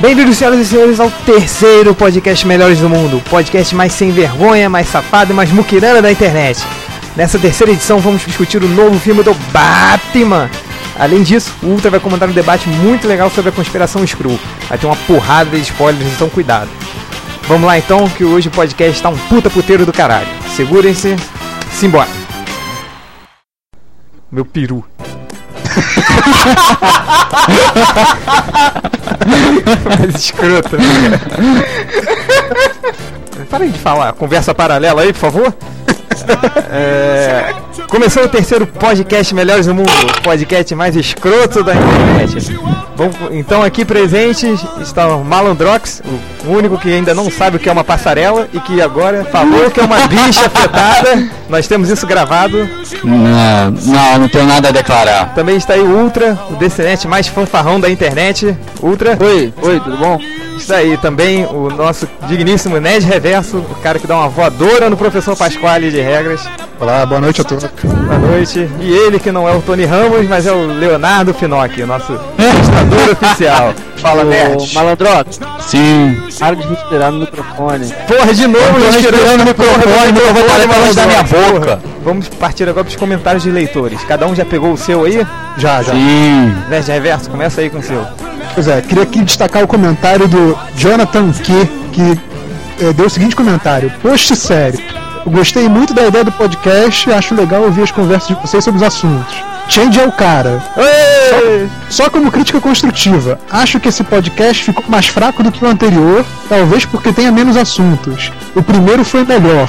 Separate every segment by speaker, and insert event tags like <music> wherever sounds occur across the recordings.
Speaker 1: Bem-vindos, senhoras e senhores, ao terceiro podcast Melhores do Mundo, o podcast mais sem vergonha, mais safado e mais muquirana da internet. Nessa terceira edição vamos discutir o novo filme do Batman. Além disso, o Ultra vai comentar um debate muito legal sobre a conspiração Screw. Vai ter uma porrada de spoilers, então cuidado. Vamos lá então, que hoje o podcast tá um puta puteiro do caralho. Segurem-se, simbora. Meu peru. Mais escroto. né, cara? Parem de falar, conversa paralela aí, por favor. É, Começou o terceiro podcast Melhores do Mundo, o podcast mais escroto da internet. Bom, então aqui presentes está o Malandrox, o único que ainda não sabe o que é uma passarela e que agora falou que é uma bicha afetada. Nós temos isso gravado.
Speaker 2: Não, não, não tenho nada a declarar.
Speaker 1: Também está aí o Ultra, o DCNet mais fanfarrão da internet. Ultra.
Speaker 2: Oi, oi, tudo bom?
Speaker 1: Está aí também o nosso digníssimo Ned Reverso, o cara que dá uma voadora no professor Pasquale de regras.
Speaker 3: Olá, boa noite a todos.
Speaker 1: Boa noite. E ele que não é o Tony Ramos, mas é o Leonardo Finocchi, o nosso
Speaker 3: <laughs>
Speaker 1: administrador oficial.
Speaker 4: Fala, nerd. Malandrox,
Speaker 2: Sim.
Speaker 4: para de respirar no microfone.
Speaker 1: Porra, de novo,
Speaker 2: Tô respirando no microfone, não vou parar pra longe da minha
Speaker 1: Malandrox.
Speaker 2: boca.
Speaker 1: Vamos partir agora para os comentários de leitores. Cada um já pegou o seu aí?
Speaker 3: Já, já.
Speaker 2: Sim.
Speaker 1: Nerd Reverso, começa aí com o seu.
Speaker 3: Pois é, queria aqui destacar o comentário do Jonathan Q, que eh, deu o seguinte comentário: Post sério. Eu gostei muito da ideia do podcast e acho legal ouvir as conversas de vocês sobre os assuntos. Change é o cara.
Speaker 1: Ei!
Speaker 3: Só como crítica construtiva, acho que esse podcast ficou mais fraco do que o anterior, talvez porque tenha menos assuntos. O primeiro foi melhor.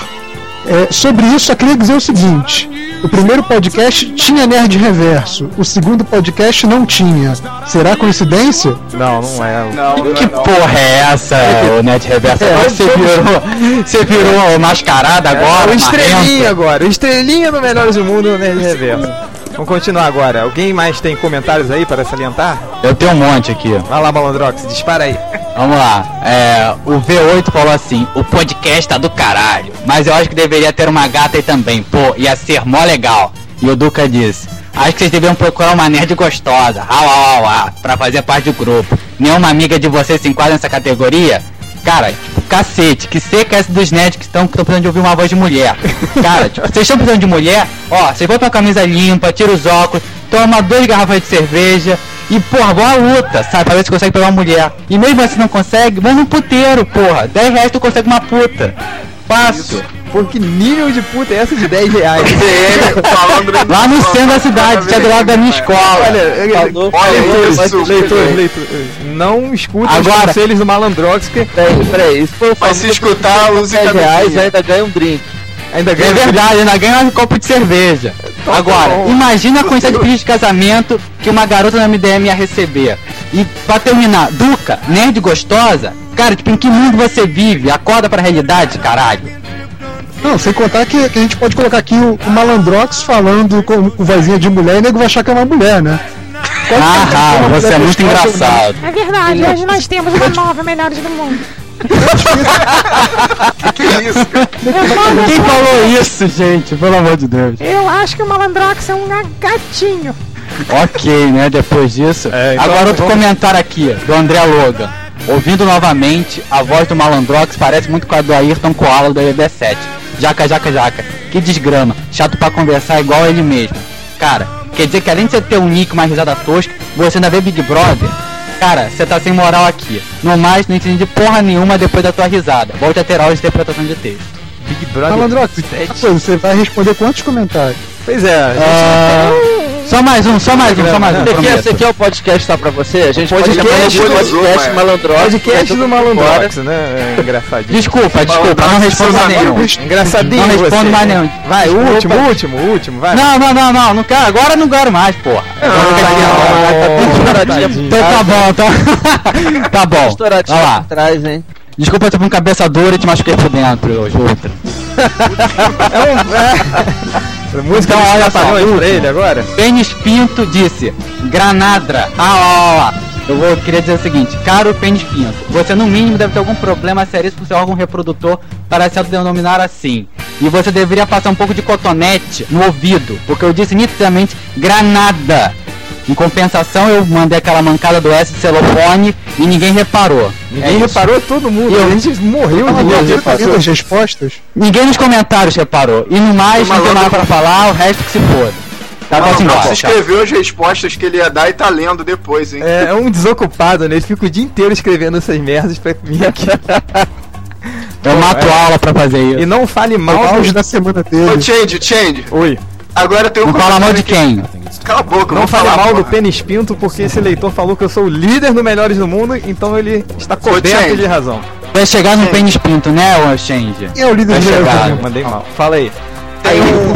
Speaker 3: É, sobre isso, só queria dizer o seguinte: o primeiro podcast tinha nerd reverso, o segundo podcast não tinha. Será coincidência?
Speaker 1: Não, não é.
Speaker 2: Que porra é essa, ô Net Reversa?
Speaker 3: É,
Speaker 2: Você virou, você virou mascarada agora?
Speaker 1: o
Speaker 2: marrento?
Speaker 1: estrelinha agora, o estrelinha do Melhores do Mundo, Nerd Reverso. Vamos continuar agora. Alguém mais tem comentários aí para salientar?
Speaker 2: Eu tenho um monte aqui.
Speaker 1: Vai lá, Malandrox, dispara aí.
Speaker 2: Vamos lá. É, o V8 falou assim: o podcast tá do caralho. Mas eu acho que deveria ter uma gata aí também. Pô, ia ser mó legal. E o Duca disse: acho que vocês deveriam procurar uma nerd gostosa. Au, au, au, au, pra fazer parte do grupo. Nenhuma amiga de vocês se enquadra nessa categoria? Cara, tipo, cacete, que seca é essa dos nerds que estão que tão precisando de ouvir uma voz de mulher. Cara, tipo, vocês estão precisando de mulher? Ó, vocês botam a camisa limpa, tira os óculos, toma duas garrafas de cerveja e, porra, boa luta, sabe? Pra ver se consegue pegar uma mulher. E mesmo assim não consegue, vai num puteiro, porra. 10 reais tu consegue uma puta. Fácil.
Speaker 1: Pô, que nível de puta é essa de 10 reais?
Speaker 5: ele falando
Speaker 2: Tá, Lá no centro da cidade, tinha do lado da minha escola.
Speaker 1: Olha, eu-
Speaker 4: Falou.
Speaker 1: leitores,
Speaker 5: isso,
Speaker 1: leitores, leitores, leitores, não escutem os
Speaker 2: Agora-
Speaker 1: conselhos do Malandrox, que
Speaker 4: Peraí, peraí, isso foi o
Speaker 5: Mas se escutar, use
Speaker 2: Tá
Speaker 4: 10 reais
Speaker 5: camisinha.
Speaker 4: ainda ganha um drink.
Speaker 1: ainda
Speaker 2: É
Speaker 1: ganha
Speaker 2: verdade, ainda ganha um copo de cerveja. Agora,
Speaker 1: bom.
Speaker 2: imagina a quantidade de pedidos de casamento que uma garota na MDM ia receber. E pra terminar, Duca, nerd gostosa? Cara, tipo, em que mundo você vive? Acorda pra realidade, caralho.
Speaker 3: Não, sem contar que, que a gente pode colocar aqui o, o Malandrox falando com, com vozinha de mulher e o nego vai achar que é uma mulher, né?
Speaker 2: Haha, você é muito engraçado.
Speaker 6: É verdade, hoje nós temos uma nova Melhores do Mundo.
Speaker 5: Que isso, cara?
Speaker 6: Eu, falo- assim,
Speaker 2: Quem falou isso, gente? Pelo amor de Deus.
Speaker 6: eu acho que o Malandrox é um ga- gatinho.
Speaker 2: Ok, né? Depois disso.
Speaker 1: É, então
Speaker 2: Agora outro
Speaker 1: vamos-
Speaker 2: comentário aqui, do André Logan. Ouvindo novamente, a voz do Malandrox parece muito com a do Ayrton Koala do EB7. Jaca, jaca, jaca. Que desgrama. Chato pra conversar igual ele mesmo. Cara, quer dizer que além de você ter um nick mais risada tosca, você ainda vê Big Brother? Cara, você tá sem moral aqui. No mais, não entendi porra nenhuma depois da tua risada. Volte a ter aula de interpretação de texto.
Speaker 1: Big Brother.
Speaker 3: Malandrox,
Speaker 1: sete.
Speaker 3: pô, você vai responder quantos comentários?
Speaker 1: <laughs> Pois é,
Speaker 2: Ah, só mais um, só mais um, só mais um.
Speaker 4: Você quer,
Speaker 2: prometo.
Speaker 4: você quer é o podcast só pra você? A gente pode
Speaker 1: Podcast
Speaker 4: chamar de
Speaker 5: do
Speaker 4: podcast
Speaker 5: Zuma, é.
Speaker 4: Malandrox.
Speaker 1: podcast
Speaker 4: mas
Speaker 1: do
Speaker 4: eu-
Speaker 1: Malandrox, né? É engraçadinho.
Speaker 2: Desculpa, desculpa, não respondo a nenhum.
Speaker 1: Engraçadinho
Speaker 2: Não respondo
Speaker 1: você.
Speaker 2: mais nenhum.
Speaker 1: Vai,
Speaker 2: Desculpa.
Speaker 1: último, último, último, vai.
Speaker 2: Não, não, não, não, não quero, agora eu não quero mais, porra.
Speaker 4: Ah,
Speaker 1: Tadinho.
Speaker 2: Então tá bom, tá. <laughs> tá bom.
Speaker 4: Estouradinho
Speaker 2: Vai lá.
Speaker 4: atrás, hein?
Speaker 2: Desculpa, eu tô com cabeça dura e te machuquei por dentro hoje. Outra.
Speaker 1: É um. é. Música
Speaker 2: Então,
Speaker 1: do
Speaker 2: olha só,
Speaker 1: Trapalhões pra ele agora.
Speaker 2: Pênis Pinto disse: Granadra. Ah, ó, ó, ó. Eu vou, queria dizer o seguinte, caro Pênis Pinto, você no mínimo deve ter algum problema seríssimo com seu órgão reprodutor para se autodenominar assim. E você deveria passar um pouco de cotonete no ouvido, porque eu disse nitidamente granada. Em compensação, eu mandei aquela mancada do S de celofone e ninguém reparou.
Speaker 1: Ninguém
Speaker 2: É isso.
Speaker 1: reparou todo mundo,
Speaker 2: Eu-
Speaker 1: a gente morreu de
Speaker 3: Meu
Speaker 1: medo.
Speaker 3: Deus, tá vendo as respostas?
Speaker 2: Ninguém nos comentários reparou. E no mais, não tem nada pra falar, o resto que se foda. Tá,
Speaker 5: Não,
Speaker 2: bom,
Speaker 5: não,
Speaker 2: embora.
Speaker 5: se
Speaker 2: Tchau.
Speaker 5: escreveu as respostas que ele ia dar e tá lendo depois, hein?
Speaker 1: É, é um desocupado, né? Ele fica o dia inteiro escrevendo essas merdas pra mim aqui.
Speaker 2: Eu mato aula pra fazer
Speaker 1: E
Speaker 2: isso.
Speaker 1: não fale
Speaker 3: O
Speaker 1: mal
Speaker 3: auge
Speaker 1: do...
Speaker 3: da semana
Speaker 5: Ô,
Speaker 3: dele.
Speaker 5: Change, Change,
Speaker 1: Oi.
Speaker 5: agora tem um
Speaker 2: Não fala mal de
Speaker 5: comentário
Speaker 2: quem?
Speaker 5: aqui. Cala a boca, eu
Speaker 1: Não
Speaker 5: vou
Speaker 1: fale
Speaker 5: falar,
Speaker 1: mal do
Speaker 5: porra.
Speaker 1: Pênis Pinto, porque esse leitor falou que eu sou o líder do Melhores do Mundo, então ele está coberto
Speaker 5: Change.
Speaker 1: de razão.
Speaker 2: Vai chegar no pênis pinto, né, ô Change?
Speaker 3: Quem é o líder
Speaker 7: Tá
Speaker 2: Vai
Speaker 3: do
Speaker 2: chegar.
Speaker 1: Ah,
Speaker 2: Cara,
Speaker 1: <laughs> eu mandei mal. Fala aí.
Speaker 5: Tem um, um-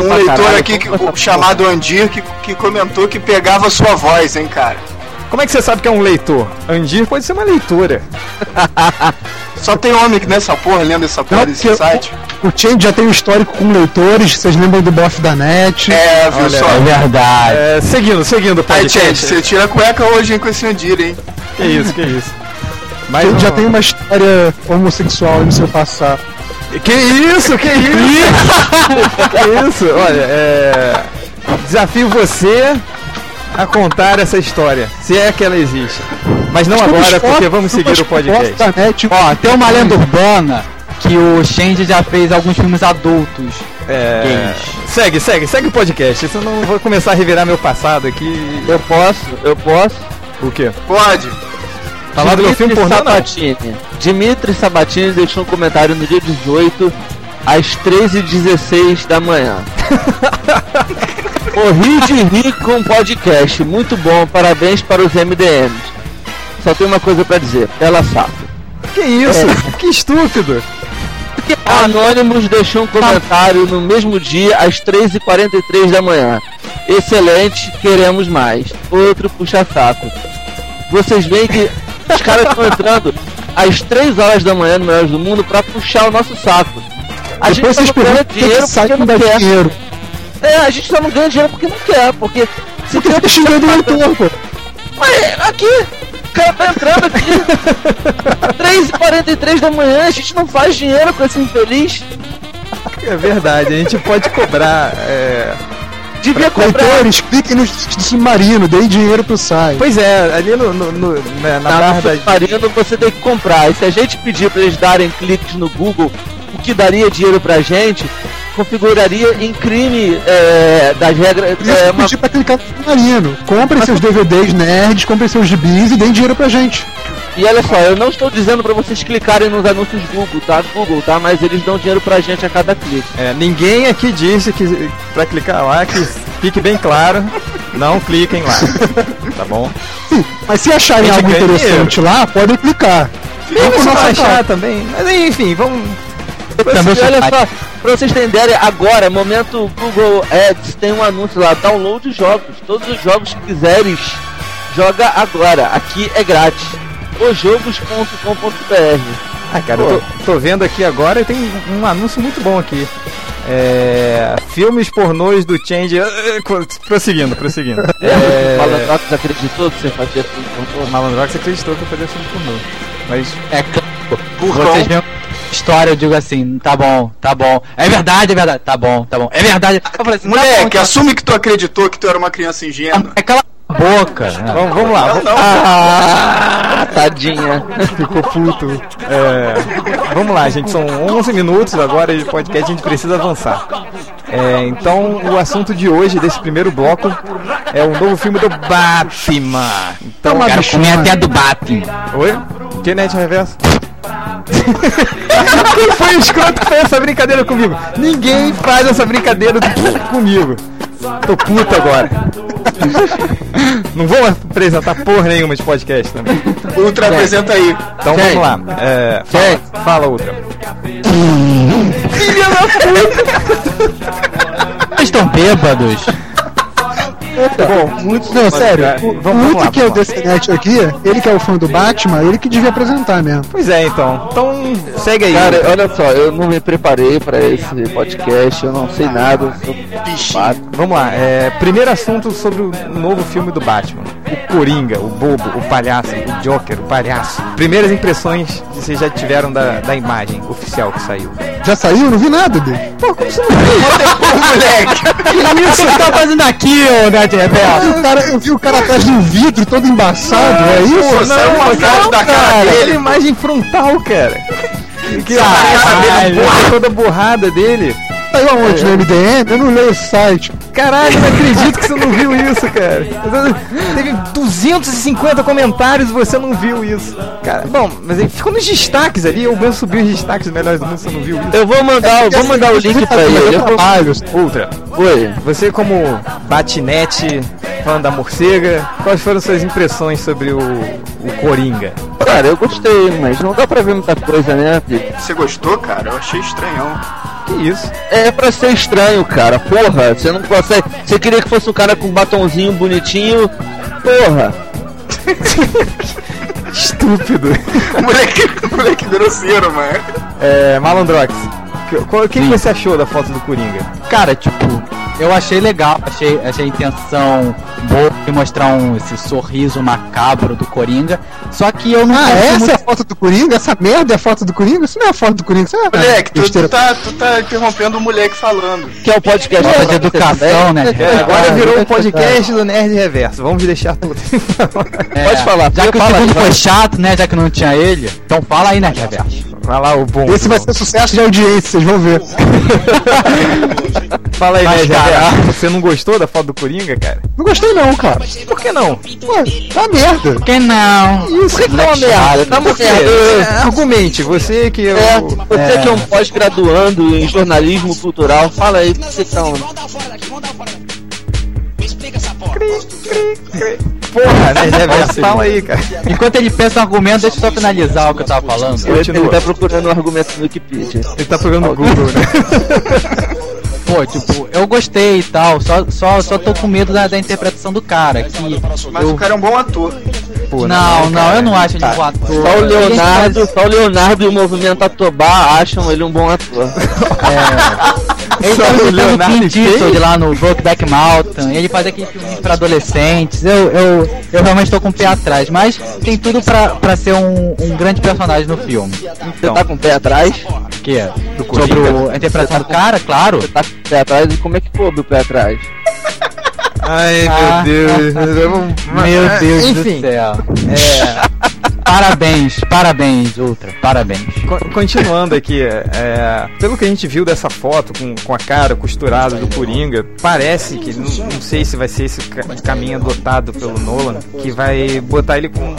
Speaker 5: um
Speaker 4: pra
Speaker 5: leitor
Speaker 4: caralho,
Speaker 5: aqui que-
Speaker 4: vamos passar por
Speaker 5: chamado Andir que, que comentou que pegava sua voz, hein, cara.
Speaker 1: Como é que você sabe que é um leitor? Andir pode ser uma leitora.
Speaker 5: Só tem homem que nessa porra, lendo essa porra
Speaker 3: Não,
Speaker 5: desse
Speaker 3: porque eu-
Speaker 5: Tá site.
Speaker 3: O Change já tem um histórico com leitores, vocês lembram do bofe da net?
Speaker 5: É, viu
Speaker 1: Olha,
Speaker 5: só?
Speaker 2: É verdade.
Speaker 1: É, seguindo, seguindo o
Speaker 5: Aí,
Speaker 1: podcast.
Speaker 5: Change, você tira a cueca hoje, hein, com esse Andir, hein?
Speaker 1: Que isso, que isso.
Speaker 3: O
Speaker 1: Mas
Speaker 3: Change já
Speaker 7: tá
Speaker 1: não-
Speaker 3: tem uma história homossexual no seu passado.
Speaker 1: Que isso, que isso? que isso? <laughs> Olha, é. Desafio você a contar essa história, se é que ela existe. Mas não agora, porque vamos seguir o podcast.
Speaker 4: né?
Speaker 3: Bofe da net,
Speaker 2: Ó, tem uma lenda urbana que o Change já fez alguns filmes adultos.
Speaker 1: É... Segue, segue, segue o podcast. Senão eu não vou começar a revirar meu passado aqui.
Speaker 4: Eu posso, eu posso. Tipo
Speaker 1: O quê?
Speaker 5: Pode.
Speaker 1: Falar Tá do meu filme pornô, não.
Speaker 4: Sabatini. Dimitri Sabatini deixou um comentário no dia 18, às 13h16
Speaker 1: <laughs>
Speaker 4: da manhã. Morri de rir com o podcast. Muito bom, parabéns para os MDMs. Só tem uma coisa pra dizer, ela sabe.
Speaker 1: Que
Speaker 4: é
Speaker 1: isso? É. Que estúpido.
Speaker 4: Anônimos deixou um comentário no mesmo dia, às 3h43 da manhã. Excelente, queremos mais. Outro puxa-saco. Vocês veem que os caras estão entrando às 3 horas da manhã no Melhores do Mundo pra puxar o nosso saco. A
Speaker 3: depois
Speaker 4: gente
Speaker 3: vocês
Speaker 4: só
Speaker 3: perguntam por que
Speaker 4: não ganha dinheiro
Speaker 3: que site
Speaker 4: porque
Speaker 3: não
Speaker 4: não
Speaker 3: dá
Speaker 4: quer.
Speaker 3: dinheiro.
Speaker 4: É, a gente só não ganha dinheiro porque não quer, porque se
Speaker 3: Porque eu tô xingando o leitor, pô.
Speaker 4: mas tá aqui, o cara tá entrando aqui.
Speaker 3: <laughs>
Speaker 4: 3h43 da manhã, a gente não faz dinheiro com esse infeliz.
Speaker 1: É verdade, a gente pode cobrar. é,
Speaker 4: Devia comprar
Speaker 3: Leitores, cliquem no submarino, deem dinheiro pro site.
Speaker 1: Pois é, ali no, no- no- na, na
Speaker 4: Tá,
Speaker 1: barra
Speaker 4: no
Speaker 1: da.
Speaker 4: submarino você tem que comprar. E se a gente pedir pra eles darem cliques no Google, o que daria dinheiro pra gente, configuraria em crime é, das regras.
Speaker 3: Por isso que
Speaker 4: É,
Speaker 3: eu
Speaker 4: uma...
Speaker 3: pedi pra clicar no submarino. Comprem seus DVDs nerds, comprem seus gibis e deem dinheiro pra gente.
Speaker 4: E olha só, eu não estou dizendo pra vocês clicarem nos anúncios Google, tá? Google, tá? Mas eles dão dinheiro pra gente a cada clique.
Speaker 1: É, ninguém aqui disse que pra clicar lá, que fique bem claro, não cliquem lá. Tá bom?
Speaker 3: Mas se acharem
Speaker 1: A gente
Speaker 3: algo
Speaker 1: ganha
Speaker 3: interessante lá, podem clicar.
Speaker 1: Vamos
Speaker 3: com
Speaker 1: não
Speaker 3: nossa
Speaker 1: achar também. Mas enfim, vamos.
Speaker 4: E olha só, pra vocês entenderem, agora, momento Google Ads, tem um anúncio lá, download de jogos. Todos os jogos que quiseres, joga agora. Aqui é grátis. Ojogos.com.br
Speaker 1: Ah, cara, eu tô, tô vendo aqui agora e tem um anúncio muito bom aqui. É. Filmes pornôs do Change. eh, co- Prosseguindo, prosseguindo.
Speaker 4: É...
Speaker 1: É.
Speaker 4: Malandrox acreditou que você fazia tudo com
Speaker 1: O Malandrox acreditou que eu fazia filme pornô. Mas.
Speaker 2: É claro.
Speaker 5: Burrão.
Speaker 2: Vocês veem história, eu digo assim, tá bom, tá bom. É verdade, é verdade. Tá bom, tá bom. É verdade. Eu falei assim, tá bom,
Speaker 5: Moleque,
Speaker 2: tá
Speaker 5: assume que tu acreditou que tu era uma criança
Speaker 2: bom.
Speaker 5: ingênua.
Speaker 2: É cala a boca. Ah, né?
Speaker 1: Vamos, vamos lá.
Speaker 5: Não,
Speaker 1: vamos-
Speaker 5: não.
Speaker 4: Tadinha.
Speaker 1: Ficou puto. É, vamos lá, gente. São 11 minutos agora de podcast. A gente precisa avançar. É, então, o assunto de hoje, desse primeiro bloco, é o novo filme do Batman. Então,
Speaker 3: Toma,
Speaker 1: cara,
Speaker 2: Quero
Speaker 3: bicho,
Speaker 2: comer
Speaker 3: mano.
Speaker 2: até do Batman.
Speaker 1: Oi? Que net reverso? <laughs> Quem foi o escroto que fez essa brincadeira comigo? Ninguém faz essa brincadeira do- comigo. Tô puto agora. Não vou apresentar porra nenhuma de podcast também.
Speaker 5: Ultra apresenta aí.
Speaker 1: Então
Speaker 2: Gente.
Speaker 1: vamos lá. É, fala, fala outra.
Speaker 2: Vocês estão bêbados?
Speaker 1: Bom, muito
Speaker 3: Não, sério,
Speaker 1: cara,
Speaker 3: o,
Speaker 1: vamos-
Speaker 3: o
Speaker 1: vamos
Speaker 3: Ultra
Speaker 1: lá,
Speaker 3: que é o
Speaker 1: vamos
Speaker 3: desse net aqui, ele que é o fã do Batman, ele que devia apresentar mesmo.
Speaker 1: Pois é, então. Então segue aí.
Speaker 4: Cara, olha só, eu não me preparei pra esse podcast, eu não sei nada. eu sou culpado.
Speaker 1: Ah, Vamos lá, é, primeiro assunto sobre o novo filme do Batman. O Coringa, o Bobo, o Palhaço, o Joker, o Palhaço. Primeiras impressões que vocês já tiveram da, da imagem oficial que saiu.
Speaker 3: Já saiu? Não vi nada dele.
Speaker 1: Pô, como você não viu?
Speaker 2: O que você tá fazendo aqui, ô Verdade, é
Speaker 3: Eu vi
Speaker 2: Bel.
Speaker 3: o cara, eu vi o cara atrás de um vidro todo embaçado, é
Speaker 5: Pô,
Speaker 3: isso?
Speaker 5: saiu uma cara da cara
Speaker 1: Olha a
Speaker 5: dele,
Speaker 1: imagem frontal, cara. Que
Speaker 5: Caralho.
Speaker 1: a cara dele, porra, toda borrada dele.
Speaker 3: Saiu aonde? No MDM? Eu não leio o site.
Speaker 1: Caralho, não acredito que você não viu isso, cara. Teve 250 comentários e você não viu isso. Cara, bom, mas ele ficou nos destaques ali. O Ben subiu os destaques melhores do mundo, você não viu isso.
Speaker 4: Eu vou mandar, eu vou mandar o link pra ele. Eu vou...
Speaker 3: Trabalhos.
Speaker 1: Outra,
Speaker 4: Oi.
Speaker 1: você como batinete, fã da morcega, quais foram suas impressões sobre o, o Coringa?
Speaker 4: Cara, eu gostei, mas não dá pra ver muita coisa, né, Pico?
Speaker 5: Você gostou, cara? Eu achei estranhão. <laughs>
Speaker 1: Que isso?
Speaker 4: É pra ser estranho, cara. Porra, você não consegue. Você queria que fosse um cara com um batonzinho bonitinho. Porra.
Speaker 1: Estúpido.
Speaker 5: moleque, moleque grosseiro, mano.
Speaker 1: É, Malandrox, que- qual- o que, que você achou da foto do Coringa?
Speaker 2: Cara, tipo, eu achei legal, achei, achei a intenção boa de mostrar um, esse sorriso macabro do Coringa. Só que eu não
Speaker 3: Ah,
Speaker 2: curti
Speaker 3: essa é
Speaker 2: muito-
Speaker 3: a foto do Coringa? Essa merda é a foto do Coringa? Isso não é a foto do Coringa, isso é uma
Speaker 5: Moleque, tu,
Speaker 3: besteira.
Speaker 5: tu, tá, tu tá interrompendo o moleque falando.
Speaker 4: Que é o podcast
Speaker 2: Falta
Speaker 4: pra
Speaker 2: de
Speaker 4: você
Speaker 2: educação,
Speaker 4: também.
Speaker 2: né?
Speaker 1: É, agora <laughs> virou um
Speaker 4: vai
Speaker 1: podcast do Nerd Reverso. Vamos deixar tudo. <laughs>
Speaker 2: É,
Speaker 4: pode falar,
Speaker 2: Já que o
Speaker 4: fala,
Speaker 2: segundo
Speaker 4: fala.
Speaker 2: foi chato, né? Já que não tinha ele. Então fala aí, né, Reverso?
Speaker 1: Vai lá, o bom.
Speaker 3: Esse vai ser sucesso de audiência, vocês vão ver.
Speaker 1: Fala aí,
Speaker 2: Mas,
Speaker 1: Nerd
Speaker 2: cara,
Speaker 1: Reverso. <laughs> Você não gostou da foto do Coringa, cara?
Speaker 3: Não gostei não, cara.
Speaker 1: Por que não?
Speaker 3: Ué, tá merda.
Speaker 2: Que não.
Speaker 4: Isso que tá uma merda, tá uma
Speaker 1: Por quê?
Speaker 4: merda.
Speaker 1: Argumente, você que é
Speaker 4: É,
Speaker 1: o.
Speaker 4: você que é um pós-graduando em jornalismo cultural, fala aí pra você que tá onde.
Speaker 1: Porra, <laughs> Nerd Reverso, fala aí, cara.
Speaker 2: Enquanto ele pensa no argumento, deixa eu só finalizar o que eu tava falando.
Speaker 4: Ele
Speaker 1: Continua.
Speaker 4: tá procurando um argumento no Wikipedia.
Speaker 1: Ele tá pegando o Google, né? <laughs>
Speaker 2: Pô, tipo, eu gostei e tal, só, só, só tô com medo da, da interpretação do cara. Que
Speaker 5: Mas o cara é um bom ator.
Speaker 1: Pô, né,
Speaker 2: Não, não, eu não acho ele um bom
Speaker 4: Só o
Speaker 2: ator.
Speaker 4: Leonardo, só o Leonardo e o movimento Atobá acham ele um bom ator.
Speaker 2: Ele
Speaker 1: Só
Speaker 2: tá
Speaker 1: o
Speaker 2: imitando
Speaker 1: Leonardo
Speaker 2: o Vin Diesel
Speaker 1: quem?
Speaker 2: de lá no Brokeback Mountain, ele faz aquele filme pra adolescentes, eu, eu, eu realmente tô com o pé atrás, mas tem tudo pra, pra ser um, um grande personagem no filme.
Speaker 4: Você
Speaker 2: Então,
Speaker 4: tá com o pé atrás?
Speaker 2: o que é? Sobre o- a interpretação do cara, claro.
Speaker 4: Você tá com o pé atrás e como é que coube o pé atrás?
Speaker 1: Ai, meu
Speaker 2: Ah.
Speaker 1: Deus. Vamos-
Speaker 2: Meu Deus
Speaker 1: Enfim.
Speaker 2: do céu. É, parabéns, parabéns, Ultra, parabéns.
Speaker 1: Co- Continuando aqui, é, pelo que a gente viu dessa foto com, com a cara costurada do Coringa, parece que não, não sei se vai ser esse ca- caminho adotado pelo Nolan, que vai botar ele com um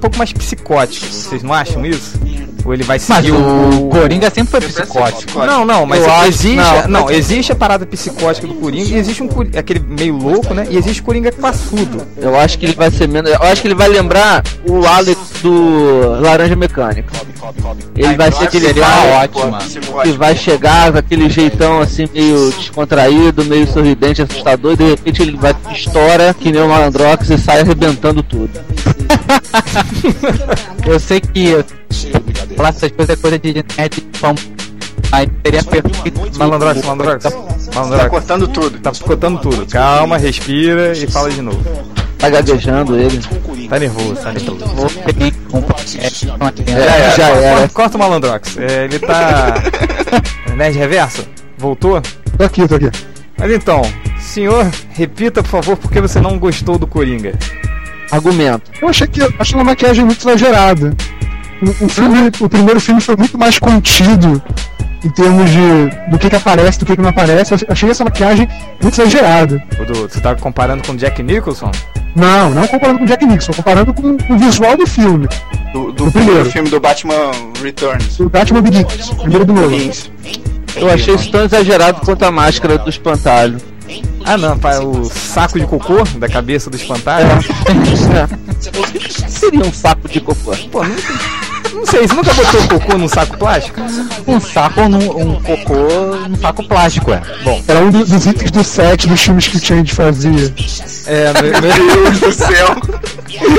Speaker 1: pouco mais psicótico. Vocês não acham isso? Ou ele vai
Speaker 2: Mas
Speaker 1: seguir
Speaker 2: o
Speaker 1: o
Speaker 2: Coringa sempre foi psicótico.
Speaker 1: não, não, mas
Speaker 4: Eu acho-
Speaker 1: existe,
Speaker 4: não,
Speaker 1: não, existe a parada psicótica do Coringa, e existe um Cori- aquele meio louco, né? E existe o Coringa passudo.
Speaker 4: Eu acho que ele vai ser menos. Eu acho que ele vai lembrar o Alex do Laranja Mecânica. Ele vai ser aquele cara
Speaker 2: ótima.
Speaker 4: que vai chegar com aquele jeitão assim, meio descontraído, meio sorridente, assustador, e de repente ele vai estoura que nem o Malandrox e sai arrebentando tudo.
Speaker 2: <laughs> Eu sei que falar essas coisas é coisa de internet de fã. Aí seria perfeito.
Speaker 1: Malandrox, Malandrox,
Speaker 5: Tá
Speaker 1: Malandrox.
Speaker 5: cortando tudo.
Speaker 1: Tá picotando tudo. Calma, respira e fala de novo.
Speaker 4: Tá gaguejando ele.
Speaker 1: Tá nervoso, tá nervoso.
Speaker 2: um É,
Speaker 4: É, já
Speaker 1: Corta-
Speaker 4: era.
Speaker 1: Corta o Malandrox. É, ele
Speaker 2: <laughs>
Speaker 1: tá. Nerd Reverso? Voltou?
Speaker 3: Tô aqui, tô aqui.
Speaker 1: Mas então, senhor, repita por favor porque você não gostou do Coringa.
Speaker 4: Argumento.
Speaker 3: Eu achei que achei uma maquiagem muito exagerada. O, o filme- o primeiro filme foi muito mais contido em termos de do que, que aparece, do que, que não aparece. Eu achei essa maquiagem muito exagerada.
Speaker 1: O do- você tá comparando com Jack Nicholson?
Speaker 3: Não, não comparando com Jack Nixon, comparando com o visual do filme.
Speaker 5: Do, do
Speaker 3: O primeiro.
Speaker 5: filme do Batman Returns.
Speaker 7: <laughs>
Speaker 3: O Batman Begins, primeiro do novo.
Speaker 4: Eu achei isso tão exagerado quanto a máscara do espantalho.
Speaker 1: Ah não, para o saco de cocô da cabeça do espantalho.
Speaker 4: <laughs> Seria um saco de cocô.
Speaker 1: Não sei, você nunca botou cocô num saco plástico?
Speaker 2: um saco num um cocô num saco plástico, é. Bom,
Speaker 3: Era um do- dos itens do set dos filmes que o Change fazia.
Speaker 1: É, meu,
Speaker 5: Meu Deus do céu.
Speaker 1: <laughs>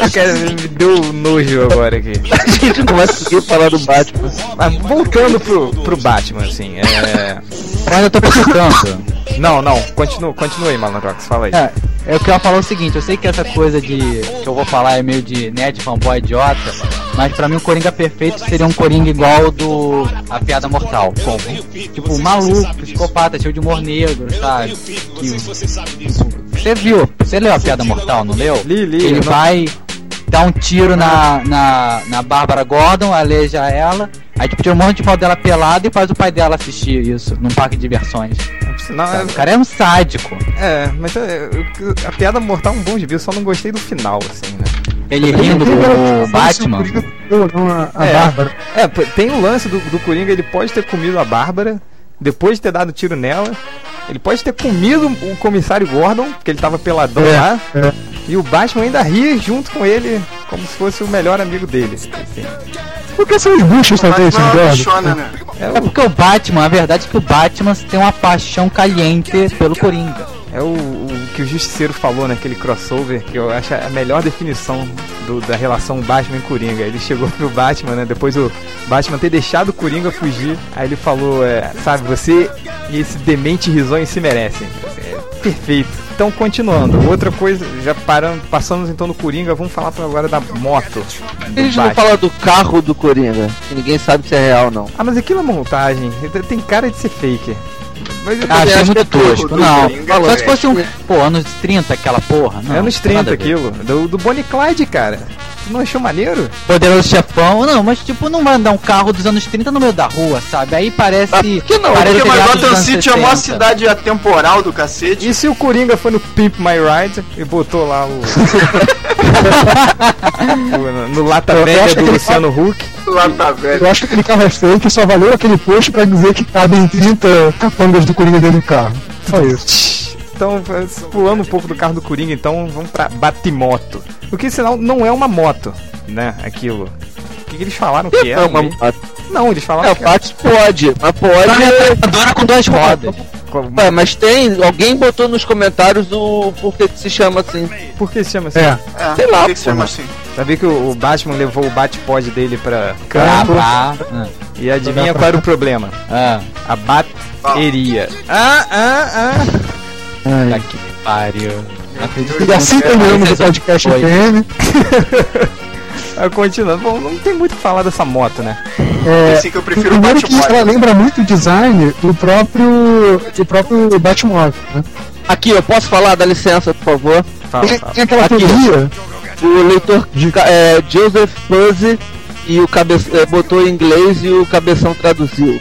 Speaker 1: eu quero, me deu nojo agora aqui.
Speaker 4: A gente não vai conseguir falar do Batman.
Speaker 1: Mas Ah, voltando pro, pro Batman, assim, é.
Speaker 2: mas eu tô pensando.
Speaker 1: Não, não, continua, continua aí, Malandrox, fala aí.
Speaker 2: É, Eu queria falar o seguinte, eu sei que essa coisa de que eu vou falar é meio de nerd, fanboy, idiota, mas pra mim o Coringa perfeito seria um Coringa igual do A Piada Mortal. Como? Tipo, um maluco, psicopata, cheio de humor negro, sabe? Que- tipo, Você viu, você leu A Piada Mortal, não leu?
Speaker 1: Li, li,
Speaker 2: Ele
Speaker 1: eu não-
Speaker 2: vai dar um tiro na, na, na Bárbara Gordon, aleja ela, aí tipo, tira um monte de foto dela pelada e faz o pai dela assistir isso num parque de diversões.
Speaker 1: Não,
Speaker 7: Tá
Speaker 2: sabe? O cara é um sádico.
Speaker 1: é, mas é, eu- a piada mortal é um bom gibi, eu só não gostei do final, assim, né?
Speaker 2: Ele
Speaker 7: Eu
Speaker 2: rindo
Speaker 7: não sei se
Speaker 2: do
Speaker 7: o
Speaker 2: Batman.
Speaker 7: Coringa comeu, não, a, a
Speaker 1: É.
Speaker 7: Bárbara.
Speaker 1: É, p- tem o lance do, do Coringa, ele pode ter comido a Bárbara, depois de ter dado tiro nela, ele pode ter comido o comissário Gordon, porque ele tava peladão
Speaker 7: É,
Speaker 1: lá,
Speaker 7: é.
Speaker 1: e o Batman ainda ri junto com ele, como se fosse o melhor amigo dele. assim.
Speaker 7: Porque são os buchos talvez,
Speaker 5: Mas não é
Speaker 7: são
Speaker 5: uma
Speaker 7: gordos.
Speaker 5: bichona, né?
Speaker 1: É
Speaker 2: É
Speaker 1: o,
Speaker 2: porque o Batman, a verdade é que o Batman tem uma paixão caliente pelo Coringa.
Speaker 1: é o, o que o Justiceiro falou naquele crossover, que eu acho a melhor definição do- da relação Batman e Coringa. Ele chegou pro Batman, né, depois o Batman ter deixado o Coringa fugir, aí ele falou, é, sabe, você e esse demente risonho se merecem. É, perfeito. Então, continuando, outra coisa, já parando, passamos então do Coringa, vamos falar pra agora da moto. do
Speaker 4: Eles não
Speaker 1: Batman.
Speaker 4: falam do carro do Coringa, que ninguém sabe se é real, não.
Speaker 1: Ah, mas aquilo é montagem, tem cara de ser fake. Mas eu
Speaker 2: Ah,
Speaker 1: também
Speaker 2: achei
Speaker 1: acho
Speaker 2: muito
Speaker 1: que é tudo.
Speaker 2: tosco. Não.
Speaker 5: Coringa,
Speaker 2: Só se
Speaker 5: velho.
Speaker 2: fosse um. Pô, anos 30, aquela porra. Não,
Speaker 1: É Anos
Speaker 2: nada
Speaker 1: 30
Speaker 2: a ver.
Speaker 1: aquilo. Do, do Bonnie Clyde, cara. Tu não achou maneiro?
Speaker 2: Poderoso chefão, não, mas tipo, não vai andar um carro dos anos 30 no meio da rua, sabe? Aí parece.
Speaker 4: Mas por que não?
Speaker 2: Parece
Speaker 5: Porque mas
Speaker 2: viado dos
Speaker 5: Gotham
Speaker 2: anos
Speaker 5: City é a
Speaker 2: 60.
Speaker 5: maior cidade atemporal do cacete.
Speaker 1: E se o Coringa foi no Pimp My Ride e botou lá o. O- no, no Lata
Speaker 7: Eu
Speaker 1: Velha
Speaker 7: acho
Speaker 1: do
Speaker 7: que-
Speaker 1: Luciano Huck.
Speaker 5: Lá tá velho.
Speaker 7: Eu acho que aquele carro é fake, só valeu aquele post pra dizer que cabem 30 capangas do Coringa dentro do carro. Só isso.
Speaker 1: Então, pulando um pouco do carro do Coringa, então vamos pra Batimoto. O que sinal não é uma moto, né? Aquilo. O que, que eles falaram que era?
Speaker 4: é, uma,
Speaker 1: mesmo? Não, eles falaram
Speaker 4: é, o
Speaker 1: que era.
Speaker 4: Pátio pode, mas pode. é-
Speaker 2: Adora com duas rodas.
Speaker 1: é
Speaker 4: Ué, mas tem. Alguém botou nos comentários o porquê que se chama assim.
Speaker 1: Por que se chama assim?
Speaker 7: É.
Speaker 5: É,
Speaker 4: Sei lá,
Speaker 5: por que que se chama
Speaker 4: porra.
Speaker 5: assim?
Speaker 1: Sabia que o o Batman levou o Batpod dele pra
Speaker 2: Pra,
Speaker 1: campo e adivinha qual era o problema?
Speaker 2: Ah,
Speaker 1: A bateria. Ah, ah, ah.
Speaker 2: tá que pariu.
Speaker 7: É. E assim
Speaker 5: É.
Speaker 7: terminamos o podcast
Speaker 2: Oi.
Speaker 7: FM.
Speaker 1: Ah, Continuando, bom, não tem muito o que falar dessa moto, né?
Speaker 5: É
Speaker 7: É,
Speaker 5: assim que eu prefiro o
Speaker 7: primeiro que ela
Speaker 5: Batman.
Speaker 7: lembra muito o design do próprio, do próprio Batmóvel. Né?
Speaker 4: Aqui, eu posso falar? Dá licença, por favor.
Speaker 7: <laughs>
Speaker 1: Fala,
Speaker 7: Tem,
Speaker 1: fala.
Speaker 7: tem aquela
Speaker 4: Aqui.
Speaker 7: teoria.
Speaker 4: O leitor de ca- é, Joseph Fuzzy e o cabe... é, botou em inglês e o cabeção traduziu.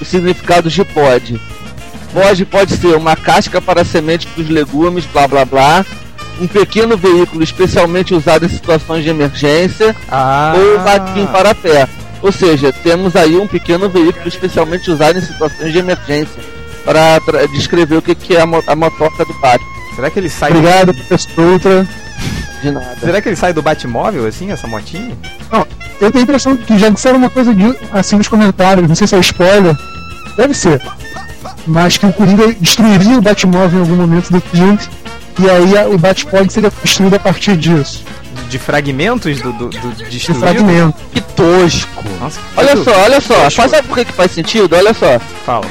Speaker 4: Os significados de pod. Pod pode ser uma casca para a semente dos legumes, blá blá blá. Um pequeno veículo especialmente usado em situações de emergência.
Speaker 1: Ah,
Speaker 4: ou latim para pé. Ou seja, temos aí um pequeno veículo especialmente usado em situações de emergência para tra- descrever o que, que é a, mo a motoca do pátio.
Speaker 1: será que ele sai?
Speaker 7: Obrigado, professor Ultra.
Speaker 4: De nada.
Speaker 1: Será que ele sai do Batmóvel assim, essa motinha?
Speaker 7: Eu tenho a impressão que já disseram uma coisa de, assim nos comentários, não sei se é spoiler. Deve ser. Mas que o Coringa destruiria o Batmóvel em algum momento do filme. E aí a- o Batpod seria construído a partir disso.
Speaker 1: De, de fragmentos do, do, do
Speaker 7: De
Speaker 1: destruído?
Speaker 7: fragmento.
Speaker 2: Que tosco.
Speaker 1: Nossa, que
Speaker 4: Olha
Speaker 1: tudo-
Speaker 4: só, olha só. Faz sabe por que, que faz sentido? Olha só.
Speaker 1: Fala.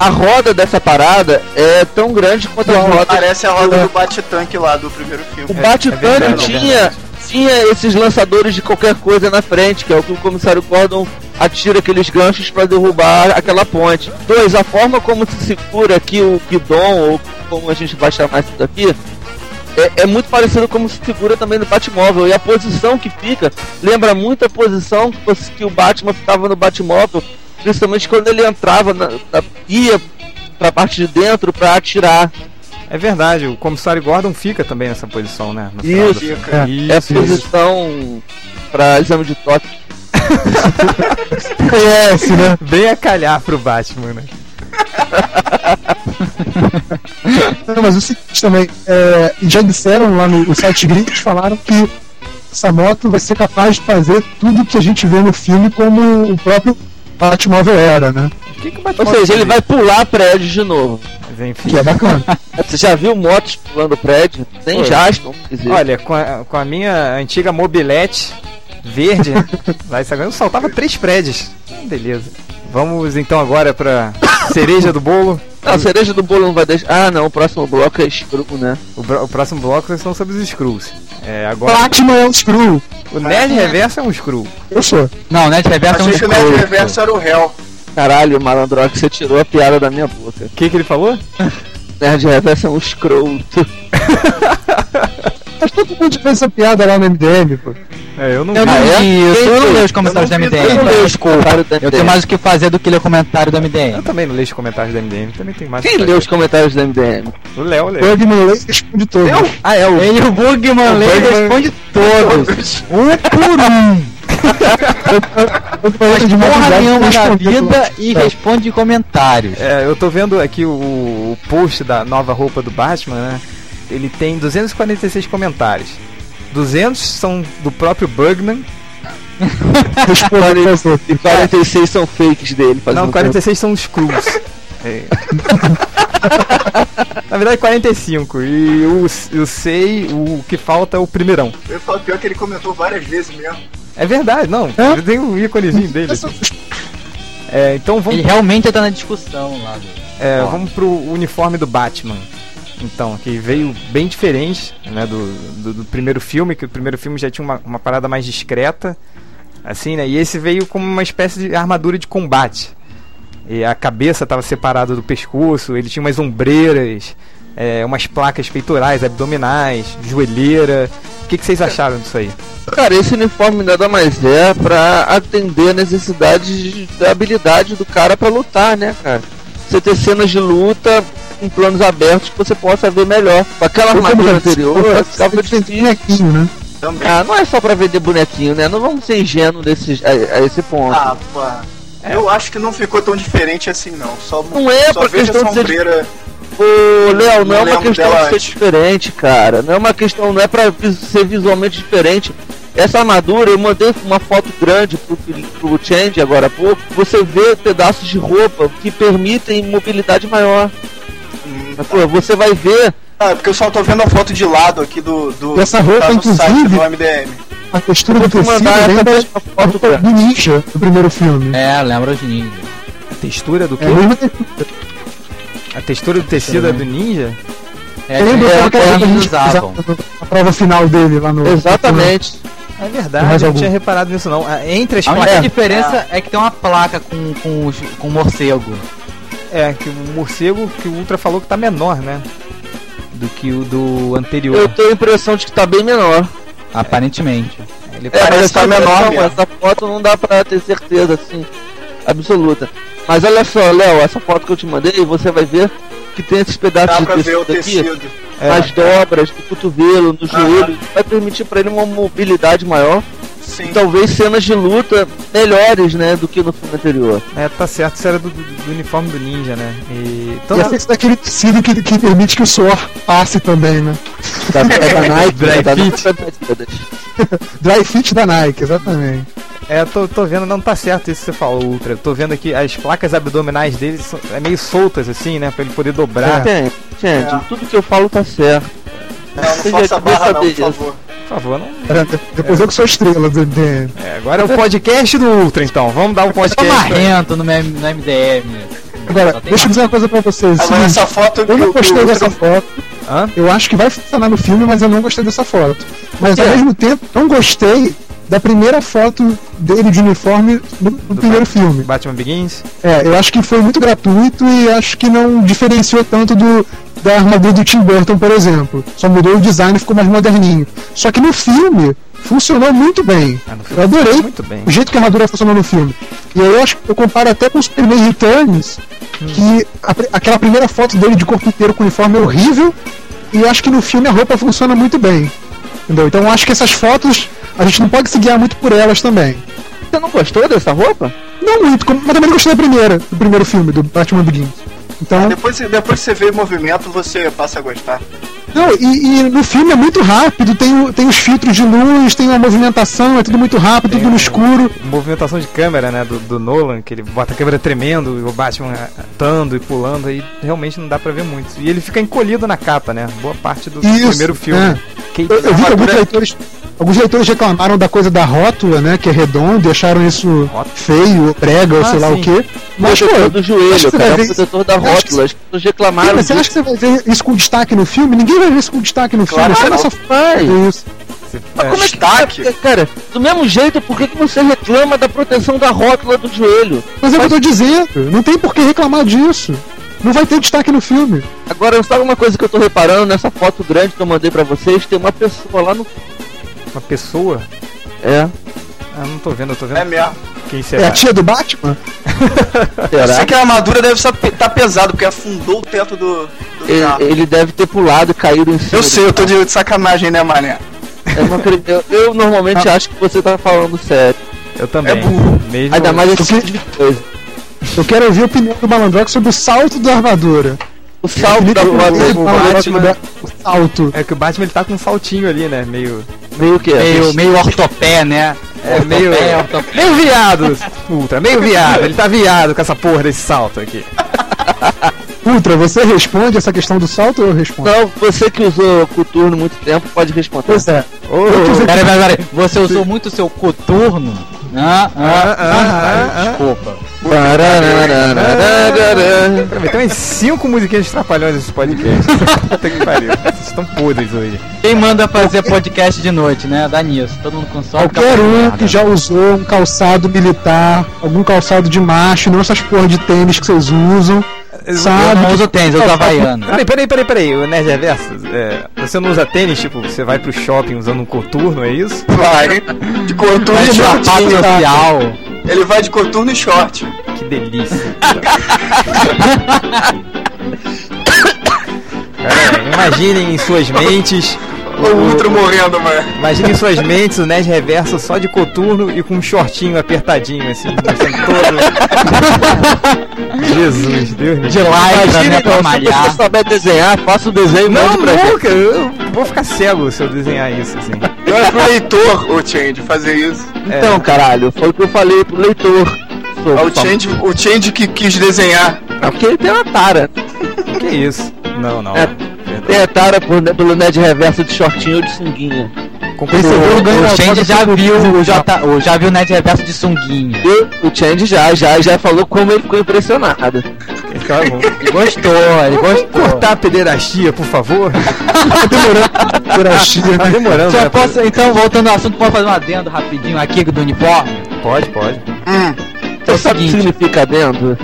Speaker 4: A roda dessa parada é tão grande quanto a roda.
Speaker 5: Parece a roda do bate-tanque lá do primeiro
Speaker 4: O
Speaker 5: filme.
Speaker 4: Batitânio
Speaker 1: verdade, é
Speaker 4: tinha, tinha esses lançadores de qualquer coisa na frente, que é o que o comissário Gordon atira aqueles ganchos para derrubar aquela ponte. Dois, a forma como se segura aqui o guidon, ou como a gente vai chamar isso daqui, é, é muito parecido como se segura também no Batmóvel. E a posição que fica lembra muito a posição que você- que o Batman ficava no Batmóvel, principalmente quando ele entrava, na, na- ia pra parte de dentro pra atirar.
Speaker 1: É verdade, o comissário Gordon fica também nessa posição, né? no final
Speaker 4: Isso.
Speaker 1: do-
Speaker 5: Fica.
Speaker 4: É a
Speaker 1: Isso, isso.
Speaker 4: posição pra exame de toque.
Speaker 7: Conhece, né?
Speaker 1: Bem a calhar pro Batman, né?
Speaker 7: Não, mas o seguinte também, é, já disseram lá no, no site gringos, falaram que essa moto vai ser capaz de fazer tudo que a gente vê no filme como o próprio Batmóvel era, né?
Speaker 1: O que, que o
Speaker 4: Ou
Speaker 1: Batman
Speaker 4: seja, ele vai pular prédios de novo.
Speaker 1: Mas, enfim.
Speaker 7: Que é bacana.
Speaker 4: Você já viu motos pulando prédio? Nem
Speaker 1: Oi.
Speaker 4: Jaspion, quer dizer.
Speaker 1: Olha, com a, com a minha antiga mobilete verde, lá em Sagrão, eu saltava três prédios. Que beleza. Vamos então agora pra cereja do bolo.
Speaker 4: Ah, a cereja do bolo não vai deixar. Ah, não, o próximo bloco é escroto, né?
Speaker 1: O, bro- o próximo bloco são sobre os Skrulls. É, agora.
Speaker 7: Platinum é um screw.
Speaker 1: O Nerd Reverso é um Skrull.
Speaker 7: Eu sou.
Speaker 2: Não, o Nerd Reverso é um
Speaker 5: Achei que o Nerd
Speaker 2: escroto.
Speaker 5: Reverso era o réu.
Speaker 4: Caralho, malandrox, você tirou a piada da minha boca.
Speaker 1: O que, que ele falou?
Speaker 4: Nerd Reverso é um escroto.
Speaker 7: Mas todo mundo fez essa piada lá no MDM, pô.
Speaker 1: É, eu não
Speaker 2: Eu
Speaker 1: vi.
Speaker 2: não
Speaker 4: Ah, é?
Speaker 2: vi isso.
Speaker 4: Quem
Speaker 2: Eu não
Speaker 4: foi?
Speaker 2: leio os comentários
Speaker 5: Eu
Speaker 2: do
Speaker 5: não vi,
Speaker 2: MDM.
Speaker 4: eu não leio os
Speaker 2: Desculpa.
Speaker 4: comentários do
Speaker 2: Eu
Speaker 4: MDM.
Speaker 2: tenho mais o que fazer do que ler o comentário do
Speaker 1: Eu
Speaker 2: MDM.
Speaker 1: também não leio os comentários da MDM, também tem mais.
Speaker 4: Quem leu os comentários do MDM?
Speaker 1: O Léo leu.
Speaker 7: Eu ignorei e respondi todos.
Speaker 1: Ah, é, o
Speaker 2: Ele o Bugman lê e
Speaker 1: Bugman-
Speaker 2: responde
Speaker 4: <laughs>
Speaker 2: todos.
Speaker 4: É
Speaker 2: Um por um.
Speaker 7: Eu falei de
Speaker 2: Porra
Speaker 7: madrugada e
Speaker 2: nenhuma na
Speaker 7: respondi todos.
Speaker 2: vida e responde comentários.
Speaker 1: É, eu tô vendo aqui o, o post da nova roupa do Batman, né? Ele tem 246 comentários. 200 são do próprio Bugman.
Speaker 7: Respondi todos.
Speaker 4: E 46 são fakes dele um fazendo.
Speaker 1: Não, 46 são os Cruz. É. Na verdade, 45. E o, eu sei o que falta é o primeirão.
Speaker 5: Eu falo pior que ele comentou várias vezes mesmo.
Speaker 1: É verdade, não.
Speaker 7: Hã?
Speaker 1: Eu tenho um íconezinho dele. assim. É, então vamos
Speaker 2: Ele realmente tá na discussão lá. do-
Speaker 1: É,
Speaker 2: Ó.
Speaker 1: vamos pro uniforme do Batman. Então, que veio bem diferente né, do, do, do primeiro filme, que o primeiro filme já tinha uma, uma parada mais discreta, assim, né? E esse veio como uma espécie de armadura de combate. E a cabeça estava separada do pescoço, ele tinha umas ombreiras, é, umas placas peitorais, abdominais, joelheira. O que, que vocês acharam disso aí?
Speaker 4: Cara, esse uniforme nada mais é pra atender a necessidade de- da habilidade do cara pra lutar, né, cara? Você ter cenas de luta com planos abertos que você possa ver melhor. Com aquela
Speaker 7: Eu como
Speaker 4: armadura
Speaker 7: já-
Speaker 4: anterior, ficava difícil.
Speaker 7: Bonequinho, né?
Speaker 4: Ah, não é só pra vender bonequinho, né? Não vamos ser ingênuos desses, a, a esse ponto.
Speaker 5: Ah, pá. Eu acho que não ficou tão diferente assim, não. Só,
Speaker 4: Não é,
Speaker 5: só
Speaker 4: por
Speaker 5: vejo
Speaker 4: questão
Speaker 5: a
Speaker 4: de ser-
Speaker 5: sombreira.
Speaker 4: Ô, Léo, não é
Speaker 5: Eu
Speaker 4: uma
Speaker 5: lembro
Speaker 4: questão
Speaker 5: dela
Speaker 4: de ser
Speaker 5: antes.
Speaker 4: diferente, cara. Não é uma questão, não é pra vis- ser visualmente diferente. Essa armadura, eu mandei uma foto grande pro, Fili- pro Change agora há pouco. Você vê pedaços de roupa que permitem mobilidade maior.
Speaker 5: Hum,
Speaker 4: Mas, pô, você vai ver.
Speaker 5: Ah, é porque eu só tô vendo a foto de lado aqui do. do
Speaker 7: E essa
Speaker 5: que
Speaker 7: roupa,
Speaker 5: tá no site
Speaker 7: inclusive,
Speaker 5: do MDM.
Speaker 7: a textura do
Speaker 4: Vou te
Speaker 7: tecido
Speaker 4: mandar essa
Speaker 7: lembra
Speaker 4: mesma
Speaker 7: a
Speaker 4: foto
Speaker 7: roupa
Speaker 4: grande.
Speaker 7: do ninja do primeiro filme.
Speaker 2: É, lembra os ninjas.
Speaker 1: A textura do quê?
Speaker 7: É a mesma
Speaker 1: A textura do tecido é do ninja?
Speaker 2: É,
Speaker 7: Eu lembro
Speaker 2: é,
Speaker 7: daquela
Speaker 2: é,
Speaker 7: coisa um que a
Speaker 2: eles
Speaker 7: gente
Speaker 2: usavam.
Speaker 7: usava na prova final dele lá no.
Speaker 4: Exatamente.
Speaker 1: É
Speaker 7: Mais
Speaker 1: verdade, eu não
Speaker 7: algum?
Speaker 1: tinha reparado nisso não. Ah, Entre as
Speaker 2: A única
Speaker 1: placas
Speaker 2: diferença é que tem uma placa com, com, os- com morcego.
Speaker 1: É, que o morcego que o Ultra falou que tá menor, né? Do que o do
Speaker 4: Eu
Speaker 1: anterior.
Speaker 4: tenho a impressão de que tá bem menor.
Speaker 2: Aparentemente.
Speaker 1: Ele
Speaker 4: É, mas
Speaker 5: Parece
Speaker 4: essa,
Speaker 5: tá menor
Speaker 4: não,
Speaker 5: mesmo.
Speaker 4: essa foto não dá pra ter certeza, assim, absoluta. Mas olha só, Léo, essa foto que eu te mandei, você vai ver que tem esses pedaços
Speaker 5: Dá
Speaker 4: tá de
Speaker 5: pra ver o
Speaker 4: tecido aqui,
Speaker 5: tecido.
Speaker 1: é,
Speaker 7: É,
Speaker 4: nas dobras, no cotovelo, no joelho, vai permitir pra ele uma mobilidade maior
Speaker 5: Sim.
Speaker 4: e talvez cenas de luta melhores, né, do que no filme anterior.
Speaker 1: É, tá certo, isso era do, do- do uniforme do ninja, né? E. Então,
Speaker 7: E assim- a textura daquele tecido que, que permite que o suor passe também, né? <laughs>
Speaker 4: Da, é da Nike,
Speaker 1: Dry
Speaker 4: né, da
Speaker 1: fit.
Speaker 4: Nike Adidas.
Speaker 7: Dry fit da Nike, exatamente.
Speaker 1: é, tô, tô vendo, não tá certo isso que você falou, Ultra. Tô vendo aqui as placas abdominais dele são, é meio soltas, assim, né? Pra ele poder dobrar.
Speaker 4: Gente, gente,
Speaker 5: É.
Speaker 4: tudo que eu falo tá certo.
Speaker 5: Não, não
Speaker 4: Você
Speaker 5: faça
Speaker 4: já
Speaker 5: barra não,
Speaker 4: devia
Speaker 5: por
Speaker 4: saber disso.
Speaker 5: favor.
Speaker 1: Por favor, não.
Speaker 7: Era- Depois
Speaker 2: É.
Speaker 7: eu que sou estrela do MDM.
Speaker 1: É, agora é o podcast do Ultra, então. Vamos dar o
Speaker 2: Tá
Speaker 1: podcast.
Speaker 2: marrento no, M- no MDM. É, Só
Speaker 7: Agora,
Speaker 2: tem
Speaker 7: deixa eu dizer uma coisa pra vocês.
Speaker 5: Agora é
Speaker 7: Seguinte,
Speaker 5: essa foto que
Speaker 7: Eu
Speaker 5: o-
Speaker 7: não
Speaker 5: que o
Speaker 7: gostei dessa
Speaker 5: Ultra
Speaker 7: foto.
Speaker 1: Hã?
Speaker 7: Eu acho que vai funcionar no filme, mas eu não gostei dessa foto. Mas ao mesmo tempo, não gostei da primeira foto dele de uniforme no, no primeiro filme.
Speaker 1: Batman Begins.
Speaker 7: É, eu acho que foi muito gratuito e acho que não diferenciou tanto do da armadura do Tim Burton, por exemplo. Só mudou o design e ficou mais moderninho. Só que no filme funcionou muito bem.
Speaker 1: Ah, no filme
Speaker 7: Eu adorei
Speaker 1: Muito bem.
Speaker 7: o jeito que a armadura funcionou no filme. E aí eu acho que eu comparo até com o Superman Returns, que a pri- aquela primeira foto dele de corpo inteiro com uniforme é horrível, e eu acho que no filme a roupa funciona muito bem. Entendeu? Então eu acho que essas fotos a gente não pode se guiar muito por elas também.
Speaker 4: Você não gostou dessa roupa?
Speaker 7: Não muito, como- mas também não gostei da primeira, do primeiro filme, do Batman Begins. Então,
Speaker 5: Depois, depois que você vê o movimento, você passa a gostar.
Speaker 7: não, e, e no filme é muito rápido, tem, o- tem os filtros de luz, tem a movimentação, é tudo muito rápido, tudo no escuro.
Speaker 1: movimentação de câmera, né, do, do Nolan, que ele bota a câmera tremendo, e o Batman atando e pulando, aí realmente não dá pra ver muito. E ele fica encolhido na capa, né? Boa parte do
Speaker 7: Isso,
Speaker 1: primeiro filme.
Speaker 7: é.
Speaker 1: Que-
Speaker 7: Eu, eu vi que alguns
Speaker 5: armadura-
Speaker 7: leitores Alguns leitores reclamaram da coisa da rótula, né? Que é redondo, e acharam isso
Speaker 1: Rótula?
Speaker 7: feio, prega, ou
Speaker 1: Ah,
Speaker 7: sei lá
Speaker 1: sim.
Speaker 7: o quê. Mas, pô,
Speaker 4: protetor do
Speaker 7: acho
Speaker 4: joelho,
Speaker 7: que
Speaker 4: cara. É
Speaker 7: deve-
Speaker 4: o protetor da
Speaker 7: acho que-
Speaker 4: rótula. As pessoas reclamaram
Speaker 7: mas você
Speaker 4: disso.
Speaker 7: acha que você vai ver isso com destaque no filme? Ninguém vai ver isso com destaque no
Speaker 5: Claro
Speaker 7: filme.
Speaker 5: que
Speaker 7: Só
Speaker 5: não.
Speaker 7: nessa foto isso.
Speaker 1: Você-
Speaker 4: Mas como é que
Speaker 5: Destaque.
Speaker 4: Cara, do mesmo jeito, por que, que você reclama da proteção da rótula do joelho?
Speaker 7: Mas é o que eu tô dizendo. Não tem por que reclamar disso. Não vai ter destaque no filme.
Speaker 4: Agora, sabe uma coisa que eu tô reparando nessa foto grande que eu mandei pra vocês? Tem uma pessoa lá no.
Speaker 1: Uma pessoa?
Speaker 4: É.
Speaker 1: Ah, não tô vendo, eu tô vendo
Speaker 5: É mesmo.
Speaker 1: quem
Speaker 7: É
Speaker 1: será.
Speaker 7: a
Speaker 4: tipo-
Speaker 7: tia do Batman?
Speaker 5: Eu sei
Speaker 4: Será?
Speaker 5: que a armadura deve estar tá pesada, porque afundou o teto do, do carro.
Speaker 4: Ele, ele deve ter pulado e caído em cima.
Speaker 5: Eu sei, eu tô de de sacanagem, né, mané?
Speaker 4: dele. Eu, não acredito. Eu- eu normalmente acho que você tá falando sério.
Speaker 1: Eu também.
Speaker 5: É burro.
Speaker 1: Mesmo...
Speaker 4: Ainda mais esse
Speaker 7: Porque-
Speaker 4: tipo de coisa.
Speaker 7: Eu quero ouvir a opinião do Malandrox sobre o salto da armadura.
Speaker 4: O salto
Speaker 7: Ele
Speaker 4: da
Speaker 7: tá com
Speaker 4: rótula
Speaker 7: medo do Malandrox
Speaker 1: Batman.
Speaker 7: dar o salto.
Speaker 1: É que o Batman ele tá com um saltinho ali, né? Meio.
Speaker 4: meio que
Speaker 2: Meio, meio ortopé, né?
Speaker 1: É, meio. Meio viado! Ultra, meio viado. Ele tá viado com essa porra desse salto aqui.
Speaker 7: Ultra, você responde essa questão do salto ou eu respondo?
Speaker 4: Não, você que usou coturno muito tempo pode responder.
Speaker 7: Pois é.
Speaker 1: Ô,
Speaker 4: <laughs>
Speaker 2: Peraí, peraí, peraí. Você usou muito o seu coturno? Ah, ah, ah, desculpa.
Speaker 4: Tarararararararara.
Speaker 1: Peraí, tem umas cinco musiquinhas trapalhões nesse
Speaker 4: <laughs>
Speaker 1: podcast. Puta que pariu. Vocês estão podres hoje.
Speaker 2: Quem manda fazer podcast de noite, né? Dá nisso. Todo mundo consome.
Speaker 7: Qualquer um que já usou um calçado militar, algum calçado de macho, não essas porra de tênis que vocês usam,
Speaker 2: Eu não
Speaker 7: sabe?
Speaker 2: uso tênis, eu uso havaiano.
Speaker 1: Peraí, peraí, peraí, peraí. O Nerd Reverso, é, você não usa tênis? Tipo, você vai pro shopping usando um coturno, é isso?
Speaker 5: Vai. De coturno
Speaker 2: Mas
Speaker 5: e
Speaker 2: sapato
Speaker 5: short.
Speaker 2: social.
Speaker 5: Ele vai de coturno e short.
Speaker 1: Que delícia. Cara, imaginem em suas mentes.
Speaker 5: O Ultra morrendo, mano.
Speaker 1: Imagine em suas mentes o Nerd Reverso só de coturno e com um shortinho apertadinho, assim, mostrando todo. Jesus, Deus me
Speaker 2: De lycra,
Speaker 4: Imagina,
Speaker 2: né? Pra
Speaker 4: então, se você
Speaker 2: malhar.
Speaker 4: souber desenhar, faça o desenho e
Speaker 1: Não,
Speaker 4: mande pra gente.
Speaker 1: nunca! Eu vou ficar cego se eu desenhar isso, assim.
Speaker 5: Não é pro leitor, o Change, fazer isso.
Speaker 4: Então, caralho, foi o que eu falei pro leitor.
Speaker 5: É
Speaker 4: Sobre,
Speaker 5: o Change, o Change que quis desenhar.
Speaker 4: É Porque ele tem uma tara.
Speaker 1: Que isso? Não, não.
Speaker 4: É. Tem a tara por, pelo Ned Reverso de shortinho ou de sunguinha.
Speaker 1: Compensou.
Speaker 2: O Change já viu o J, o- já viu o Nerd Reverso de sunguinha.
Speaker 4: E o Change já, já, já falou como ele ficou impressionado.
Speaker 1: Tá bom.
Speaker 2: Ele gostou, ele gostou.
Speaker 1: Cortar a pederastia, por favor.
Speaker 7: Por China.
Speaker 1: Tá demorando,
Speaker 2: Só
Speaker 1: né?
Speaker 2: posso, então, voltando ao assunto, posso fazer um adendo rapidinho aqui do uniforme?
Speaker 1: Pode, pode.
Speaker 2: É
Speaker 5: Hum.
Speaker 2: o
Speaker 4: Você sabe o que
Speaker 2: seguinte.
Speaker 4: significa adendo?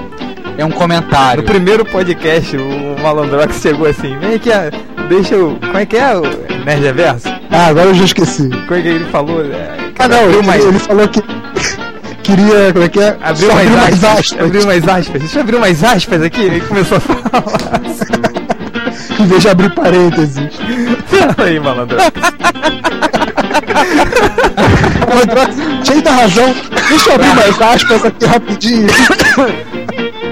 Speaker 2: É um
Speaker 1: No
Speaker 2: comentário.
Speaker 1: primeiro podcast, o Malandrox chegou assim, vem aqui, ah, deixa eu... Como é que é o Nerd Reverso?
Speaker 7: Ah, agora eu já esqueci.
Speaker 1: Como é que ele falou? né?
Speaker 7: Ah, não,
Speaker 1: abriu
Speaker 7: ele,
Speaker 1: mais...
Speaker 7: ele falou que <laughs> queria, como é que é?
Speaker 1: Abriu
Speaker 7: Só
Speaker 1: mais, aspas,
Speaker 7: aspas.
Speaker 1: Abriu mais aspas. Deixa eu abrir mais aspas aqui. Ele começou a falar. <laughs>
Speaker 7: Em vez de abrir parênteses.
Speaker 1: Fala aí, malandro.
Speaker 7: Cheio da razão. Deixa eu abrir mais aspas aqui rapidinho.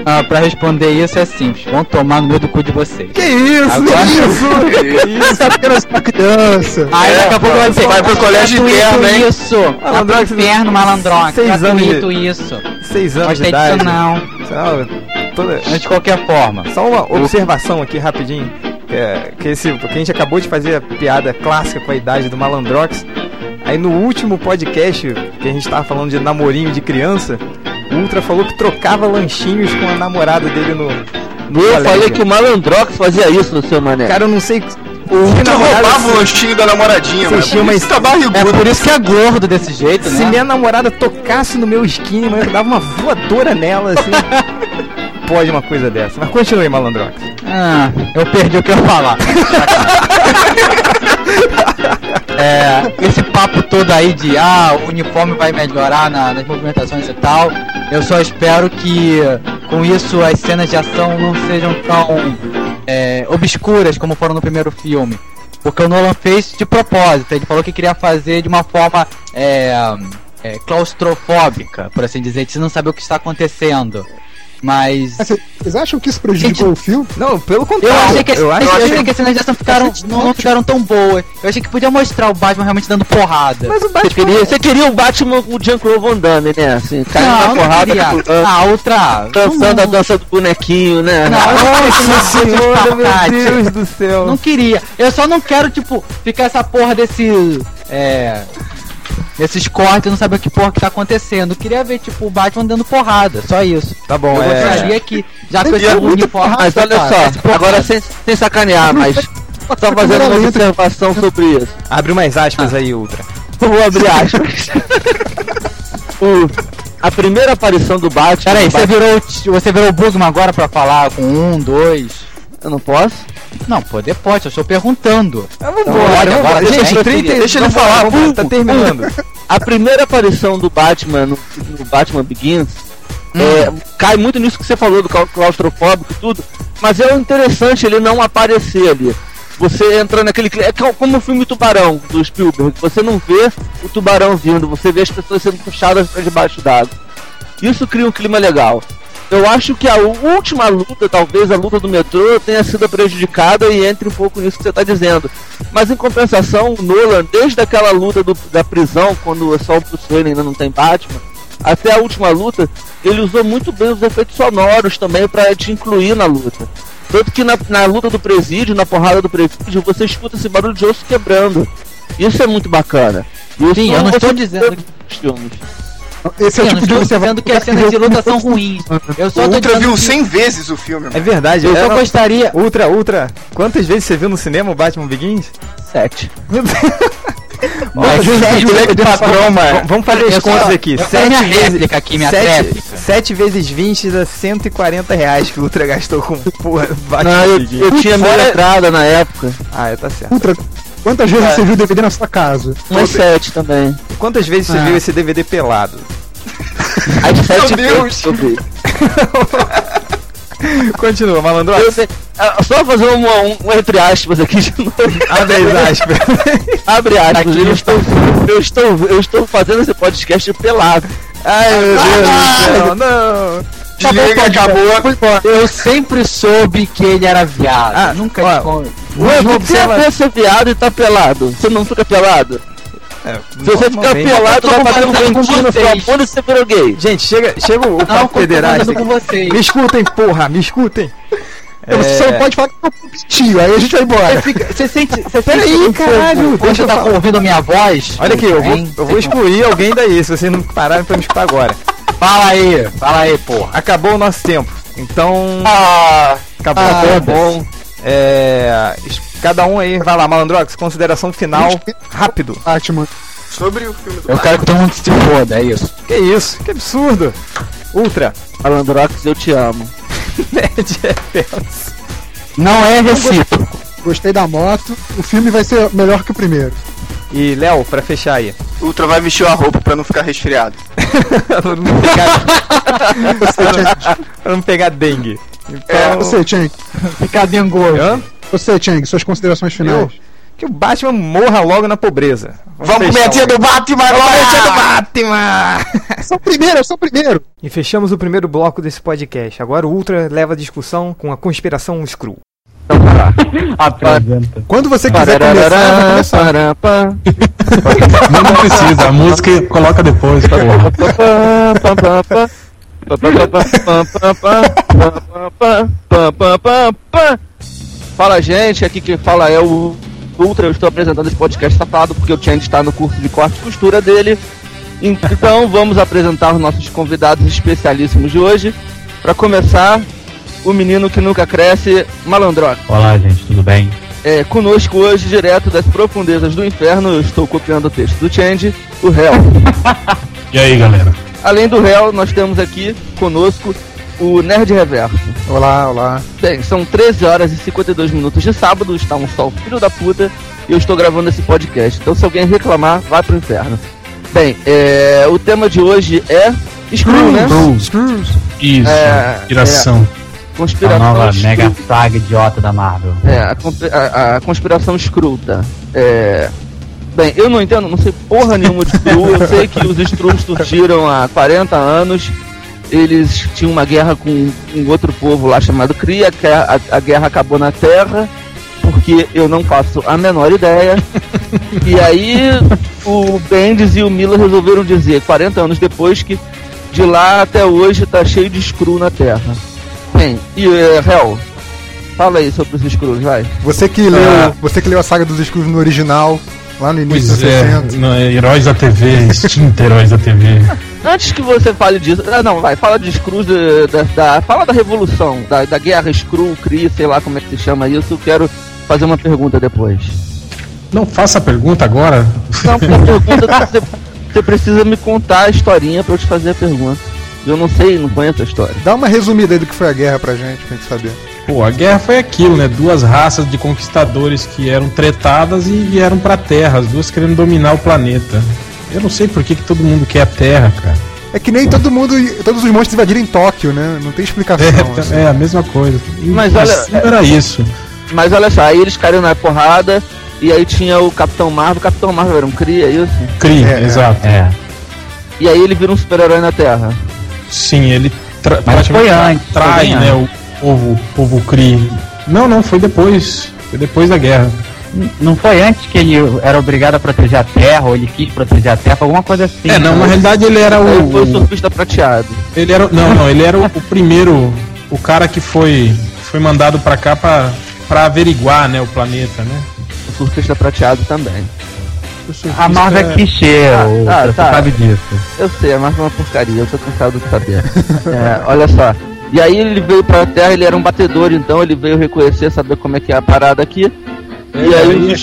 Speaker 2: Ah, pra responder isso é simples. Vão tomar no meio do cu de vocês.
Speaker 1: Que isso?
Speaker 2: Agora-
Speaker 1: Que isso? Que isso?
Speaker 7: Isso é apenas pra criança.
Speaker 2: Aí daqui a pouco vai dizer.
Speaker 5: vai pro colégio
Speaker 2: "Gratuito
Speaker 5: interno, hein?"
Speaker 2: Isso!
Speaker 1: Malandrox,
Speaker 2: Malandrox, inferno, malandrox.
Speaker 1: seis anos de-
Speaker 2: Gratuito isso.
Speaker 1: Seis anos de
Speaker 2: Gostei disso
Speaker 1: idade.
Speaker 2: não.
Speaker 1: Só, toda-
Speaker 2: Mas de qualquer forma.
Speaker 1: Só uma observação aqui rapidinho. É, que, esse, que a gente acabou de fazer a piada clássica com a idade do Malandrox. Aí no último podcast, que a gente tava falando de namorinho de criança, o Ultra falou que trocava lanchinhos com a namorada dele no. no
Speaker 4: Eu
Speaker 1: colégio.
Speaker 4: falei que o Malandrox fazia isso no seu mané.
Speaker 1: Cara, eu não sei. O
Speaker 5: Tu roubava o lanchinho da namoradinha, mano.
Speaker 1: Vocês tinham uma
Speaker 5: Isso tá
Speaker 2: É
Speaker 5: barrigudo.
Speaker 2: por isso que é gordo desse jeito,
Speaker 1: Se
Speaker 2: né?
Speaker 1: minha namorada tocasse no meu skin, mano, eu dava uma voadora nela, <laughs> assim. Pode uma coisa dessa. Mas continue, malandrox.
Speaker 2: Ah, eu perdi o que eu ia falar. é, esse papo todo aí de ah, o uniforme vai melhorar na- nas movimentações e tal. Eu só espero que com isso as cenas de ação não sejam tão é, obscuras como foram no primeiro filme. Porque o Nolan fez de propósito, ele falou que queria fazer de uma forma é, é, claustrofóbica, por assim dizer, de você não saber o que está acontecendo. Mas.
Speaker 7: Mas cê- Vocês acham que isso prejudicou o filme?
Speaker 1: Não, pelo
Speaker 2: Eu
Speaker 1: contrário.
Speaker 2: achei que, eu
Speaker 1: eu acho
Speaker 2: achei
Speaker 1: que-
Speaker 2: que as cenas de ação ficaram, não, não ficaram tão boas. Eu achei que podia mostrar o Batman realmente dando porrada.
Speaker 1: Mas o
Speaker 4: Você
Speaker 1: Batman.
Speaker 4: queria, você queria o Batman com o Jean-Claude Van Damme, né? Assim, caindo
Speaker 2: não,
Speaker 4: na
Speaker 2: não
Speaker 4: porrada,
Speaker 2: queria.
Speaker 4: pulando,
Speaker 2: A outra.
Speaker 4: dançando a
Speaker 2: não,
Speaker 4: dança do bonequinho, né?
Speaker 1: Nossa
Speaker 2: Nossa
Speaker 1: senhora, meu
Speaker 2: Patati.
Speaker 1: Deus do céu.
Speaker 2: não queria. Eu só não quero, tipo, ficar essa tipo, porra desse. é, nesses cortes, eu não sabia que porra que tá acontecendo. Eu queria ver, tipo, o Batman dando porrada, só isso.
Speaker 1: Tá bom,
Speaker 2: eu
Speaker 1: é.
Speaker 2: gostaria que, já que eu
Speaker 4: E é
Speaker 2: tinha
Speaker 4: muito
Speaker 2: uniforme,
Speaker 4: Mas olha
Speaker 2: cara, essa
Speaker 4: só,
Speaker 2: porra- é
Speaker 4: agora sem, sem sacanear, mas só fazendo uma observação sobre isso.
Speaker 1: Abre umas aspas aí, Ultra.
Speaker 4: Vou abrir aspas. o, a primeira aparição do Batman.
Speaker 2: Peraí,
Speaker 4: do
Speaker 2: você
Speaker 4: Batman-
Speaker 2: virou, o t- você virou o Bugman agora pra falar com um, dois...
Speaker 4: Eu não posso?
Speaker 2: Não, pô, pode, eu estou perguntando.
Speaker 1: Olha,
Speaker 2: agora,
Speaker 1: agora,
Speaker 2: deixa
Speaker 1: gente,
Speaker 2: eu
Speaker 1: 30,
Speaker 4: queria-
Speaker 1: deixa ele falar,
Speaker 4: vambora,
Speaker 1: tá
Speaker 4: vambora.
Speaker 1: terminando.
Speaker 4: A primeira aparição do Batman no, no Batman Begins é, cai muito nisso que você falou do clau- claustrofóbico e tudo, mas é o interessante ele não aparecer ali. Você entra naquele. cli- É co- como o filme Tubarão do Spielberg. Você não vê o tubarão vindo, você vê as pessoas sendo puxadas para debaixo d'água. Isso cria um clima legal. Eu acho que a última luta, talvez a luta do metrô, tenha sido prejudicada e entre um pouco nisso que você está dizendo. Mas em compensação, o Nolan, desde aquela luta do- da prisão, quando é só o Bruce Wayne ainda não tem Batman, até a última luta, ele usou muito bem os efeitos sonoros também para te incluir na luta. Tanto que na, na luta do presídio, na porrada do presídio, você escuta esse barulho de osso quebrando. Isso é muito bacana. Isso é
Speaker 2: Sim, eu não
Speaker 4: você
Speaker 2: estou
Speaker 4: vê
Speaker 2: dizendo que-
Speaker 4: nos filmes.
Speaker 7: Esse é o
Speaker 2: eu não
Speaker 7: tipo de
Speaker 2: estou
Speaker 7: observação
Speaker 2: dizendo que as cenas de luta são ruins. Eu
Speaker 5: O
Speaker 2: só tô
Speaker 5: Ultra
Speaker 2: dizendo
Speaker 5: viu
Speaker 2: que-
Speaker 5: 100 vezes o filme,
Speaker 1: É
Speaker 5: mano.
Speaker 1: verdade,
Speaker 2: Eu
Speaker 1: é
Speaker 2: só
Speaker 1: uma-
Speaker 2: gostaria.
Speaker 1: Ultra, Ultra, quantas vezes você viu no cinema o Batman Begins?
Speaker 4: Sete.
Speaker 1: Mas sete vezes-
Speaker 5: padrão,
Speaker 1: V- Vamos fazer as
Speaker 2: Eu só-
Speaker 1: contas aqui.
Speaker 2: eu quero
Speaker 1: Sete
Speaker 2: minha
Speaker 1: vezes.
Speaker 2: réplica aqui, minha
Speaker 1: Sete,
Speaker 2: réplica.
Speaker 1: sete vezes 20 dá 140 reais que o Ultra gastou com porra Batman
Speaker 4: Não, eu,
Speaker 1: Begins.
Speaker 4: eu tinha meia entrada na época.
Speaker 1: Ah, é, tá certo.
Speaker 7: Ultra, quantas vezes
Speaker 4: É.
Speaker 7: você viu o DVD na sua casa?
Speaker 4: Mas Um sete também.
Speaker 1: Quantas vezes você
Speaker 7: Ah.
Speaker 1: viu esse DVD pelado?
Speaker 4: As sete
Speaker 5: Deus!
Speaker 4: vezes eu vi.
Speaker 1: Continua, malandro.
Speaker 4: Eu sei- ah, Só fazer um, um- um entre aspas aqui de novo.
Speaker 1: Abre
Speaker 4: <laughs>
Speaker 1: as <laughs> aspas.
Speaker 4: Abre aspas. Eu estou, eu, estou, eu estou fazendo esse podcast pelado.
Speaker 1: Ai, meu Deus do céu, Ah, não.
Speaker 5: Desliga, acabou.
Speaker 2: Eu sempre soube que ele era viado.
Speaker 1: Ah,
Speaker 2: Nunca
Speaker 1: ó,
Speaker 2: esconde.
Speaker 1: Ué, vou
Speaker 4: Você
Speaker 1: observar-
Speaker 4: é ser viado e tá pelado. Você não fica pelado?
Speaker 1: É,
Speaker 4: Se você ficar
Speaker 1: normalmente-
Speaker 4: pelado,
Speaker 2: Eu tô
Speaker 4: vai bater um
Speaker 2: concordando com
Speaker 4: ventinho no
Speaker 2: vocês.
Speaker 4: seu bunda e você virou gay.
Speaker 1: Gente, chega, chega o
Speaker 2: Não,
Speaker 1: papo pederasta.
Speaker 2: concordando com vocês.
Speaker 1: Me escutem, porra, me escutem. É.
Speaker 7: Você Então, só pode falar que eu tio, aí a gente vai embora.
Speaker 2: Você sente. Você
Speaker 1: Peraí,
Speaker 2: sente
Speaker 1: caralho,
Speaker 2: Quando
Speaker 1: deixa eu
Speaker 2: você tá
Speaker 1: falar.
Speaker 2: ouvindo a minha voz.
Speaker 1: Olha aqui, eu vou,
Speaker 2: Hein?
Speaker 1: eu vou excluir alguém daí, se vocês não pararem pra me escutar agora.
Speaker 2: Fala aí, fala aí, porra.
Speaker 1: Acabou o nosso tempo. Então,
Speaker 4: Ah,
Speaker 1: acabou.
Speaker 2: ah,
Speaker 1: Acabou.
Speaker 2: bom.
Speaker 1: É, es- cada um aí, vai lá, Malandrox, consideração final, rápido.
Speaker 7: Batman.
Speaker 5: Sobre o filme do
Speaker 2: tá- Eu quero que todo mundo se foda, é isso.
Speaker 1: Que isso, que absurdo. Ultra. é
Speaker 4: Alandrox, eu
Speaker 1: <laughs>
Speaker 4: te amo.
Speaker 2: Não é recíproco.
Speaker 7: Gostei da moto. O filme vai ser melhor que o primeiro.
Speaker 1: E Léo, pra fechar aí.
Speaker 5: Ultra vai vestir a roupa pra não ficar resfriado.
Speaker 1: pra não pegar, <laughs> pra não pegar dengue.
Speaker 5: É,
Speaker 1: Então,
Speaker 7: Você, Chang.
Speaker 2: Ficar dengoso.
Speaker 1: Hã?
Speaker 7: Você, Chang, suas considerações finais.
Speaker 1: que o Batman morra logo na pobreza.
Speaker 5: Vamos comer a tia do Batman
Speaker 2: Ah!
Speaker 5: agora!
Speaker 1: Batman!
Speaker 7: Eu sou o primeiro, eu sou o primeiro.
Speaker 1: E fechamos o primeiro bloco desse podcast. Agora o Ultra leva a discussão com a conspiração Screw.
Speaker 7: Quando você quiser começar, vai
Speaker 4: Parararará,
Speaker 7: começar.
Speaker 4: pará, pá.
Speaker 8: Não, não precisa, a música coloca depois, porra.
Speaker 4: Fala gente, aqui quem fala é o Ultra, eu estou apresentando esse podcast safado porque o Chang está no curso de corte e costura dele. Então vamos apresentar os nossos convidados especialíssimos de hoje. Para começar, o menino que nunca cresce, Malandrox.
Speaker 8: Olá, gente, tudo bem?
Speaker 4: É, conosco hoje, direto das profundezas do inferno, eu estou copiando o texto do Change, o réu.
Speaker 8: E aí, galera?
Speaker 4: Além do réu, nós temos aqui conosco o Nerd Reverso.
Speaker 7: Olá, olá.
Speaker 4: Bem, são 13 horas e 52 minutos de sábado, está um sol filho da puta, e eu estou gravando esse podcast. Então se alguém reclamar, vai pro inferno. Bem, é, o tema de hoje é Screw, né?
Speaker 8: Isso,
Speaker 4: É,
Speaker 8: inspiração. a
Speaker 4: Conspiração
Speaker 8: nova
Speaker 4: Screw.
Speaker 8: mega saga idiota da Marvel.
Speaker 4: É, a, comp- a- a conspiração escruta. É. Bem, eu não entendo, não sei porra nenhuma de Screw. Eu sei que os Skrulls surgiram há 40 anos. Eles tinham uma guerra com um outro povo lá chamado Cria, que é a, a- a guerra acabou na Terra, porque eu não faço a menor ideia. E aí o Bendis e o Miller resolveram dizer, 40 anos depois, que de lá até hoje tá cheio de Skrull na Terra. Bem, e é, Hel, fala aí sobre os Skrulls, vai.
Speaker 7: Você que leu, você que leu a saga dos escuros no original, Lá no início
Speaker 8: Ah. Pois
Speaker 7: dos
Speaker 4: tá
Speaker 8: é,
Speaker 7: 60.
Speaker 8: não, é Heróis da TV, extinta Heróis da TV.
Speaker 4: Antes que você fale disso, ah, não, vai, fala de Screws, eh, da, da- fala da revolução, da, da guerra Screw, Cree, sei lá como é que se chama isso, eu quero fazer uma pergunta depois.
Speaker 8: Não faça a pergunta agora.
Speaker 4: Não, porque a pergunta tá, você, você precisa me contar a historinha pra eu te fazer a pergunta. Eu não sei, não conheço a história.
Speaker 7: Dá uma resumida aí do que foi a guerra pra gente, pra gente saber.
Speaker 8: Pô, a guerra foi aquilo, né? Duas raças de conquistadores que eram tretadas e vieram pra Terra, as duas querendo dominar o planeta. Eu não sei por que, que todo mundo quer a Terra, cara.
Speaker 7: É que nem todo mundo, todos os monstros invadirem Tóquio, né? Não tem explicação. assim.
Speaker 8: É, é a mesma coisa.
Speaker 4: Mas olha- é,
Speaker 8: assim, era isso.
Speaker 4: Mas olha só, aí eles caíram na porrada, e aí tinha o Capitão Marvel, o Capitão Marvel era um Cree, é isso?
Speaker 8: Cri,
Speaker 7: É, é.
Speaker 8: exato.
Speaker 2: É.
Speaker 4: E aí ele vira um super-herói na Terra.
Speaker 8: Sim, ele tra
Speaker 2: Mas
Speaker 8: praticamente
Speaker 2: foi antes, foi
Speaker 8: trai,
Speaker 2: bem
Speaker 8: né, o povo, o povo Cri. Não, não, foi depois. Foi depois da guerra.
Speaker 2: N- Não foi antes que ele era obrigado a proteger a terra, ou ele quis proteger a terra, foi alguma coisa assim.
Speaker 8: é, não, na realidade ele era
Speaker 4: Aí
Speaker 8: o.
Speaker 4: foi o surfista prateado.
Speaker 8: Ele era, não, não, ele era o, o primeiro, o cara que foi foi mandado pra cá pra pra averiguar, né, o planeta, né?
Speaker 4: O surfista prateado também.
Speaker 8: O surfista
Speaker 2: A Marvel é clichê, o-
Speaker 4: tá,
Speaker 2: você
Speaker 4: tá.
Speaker 2: sabe disso.
Speaker 4: Eu sei, é mais uma porcaria, eu tô cansado de saber. É, olha só. E aí ele veio pra terra, ele era um batedor, então ele veio reconhecer, saber como é que é a parada aqui. E aí,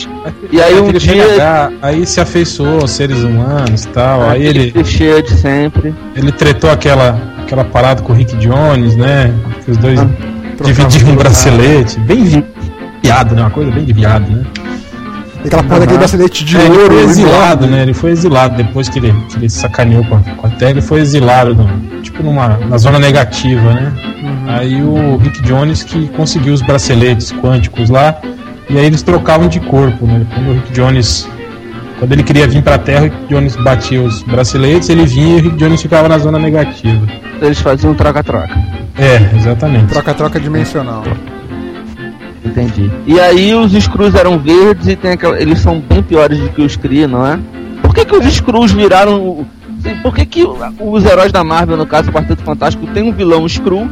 Speaker 4: e aí um
Speaker 8: ele
Speaker 4: dia.
Speaker 8: BH, aí se afeiçoou aos seres humanos e tal. Aí
Speaker 4: aquele
Speaker 8: ele,
Speaker 4: clichê de sempre.
Speaker 8: ele tretou aquela, aquela parada com o Rick Jones, né? Que os dois dividiram um bracelete. Bem vi- viado, né? Uma coisa bem de viado, né?
Speaker 7: Aquela porra daquele bracelete de
Speaker 8: É, ele
Speaker 7: ouro.
Speaker 8: foi
Speaker 7: enorme.
Speaker 8: exilado, né? Ele foi exilado depois que ele, que ele sacaneou com a, com a Terra, ele foi exilado, no- tipo, numa, na zona negativa, né? Aí o Rick Jones que conseguiu os braceletes quânticos lá, e aí eles trocavam de corpo, né? Quando o Rick Jones. Quando ele queria vir pra Terra, o Rick Jones batia os braceletes, ele vinha e o Rick Jones ficava na zona negativa.
Speaker 4: Eles faziam um troca-troca.
Speaker 8: É, exatamente.
Speaker 7: Troca-troca dimensional.
Speaker 4: Entendi. E aí os Screws eram verdes e tem aquela... eles são bem piores do que os Kree, não é? Por que, que os Screws viraram. assim, Por que, que os heróis da Marvel, no caso o Quarteto Fantástico, tem um vilão Screw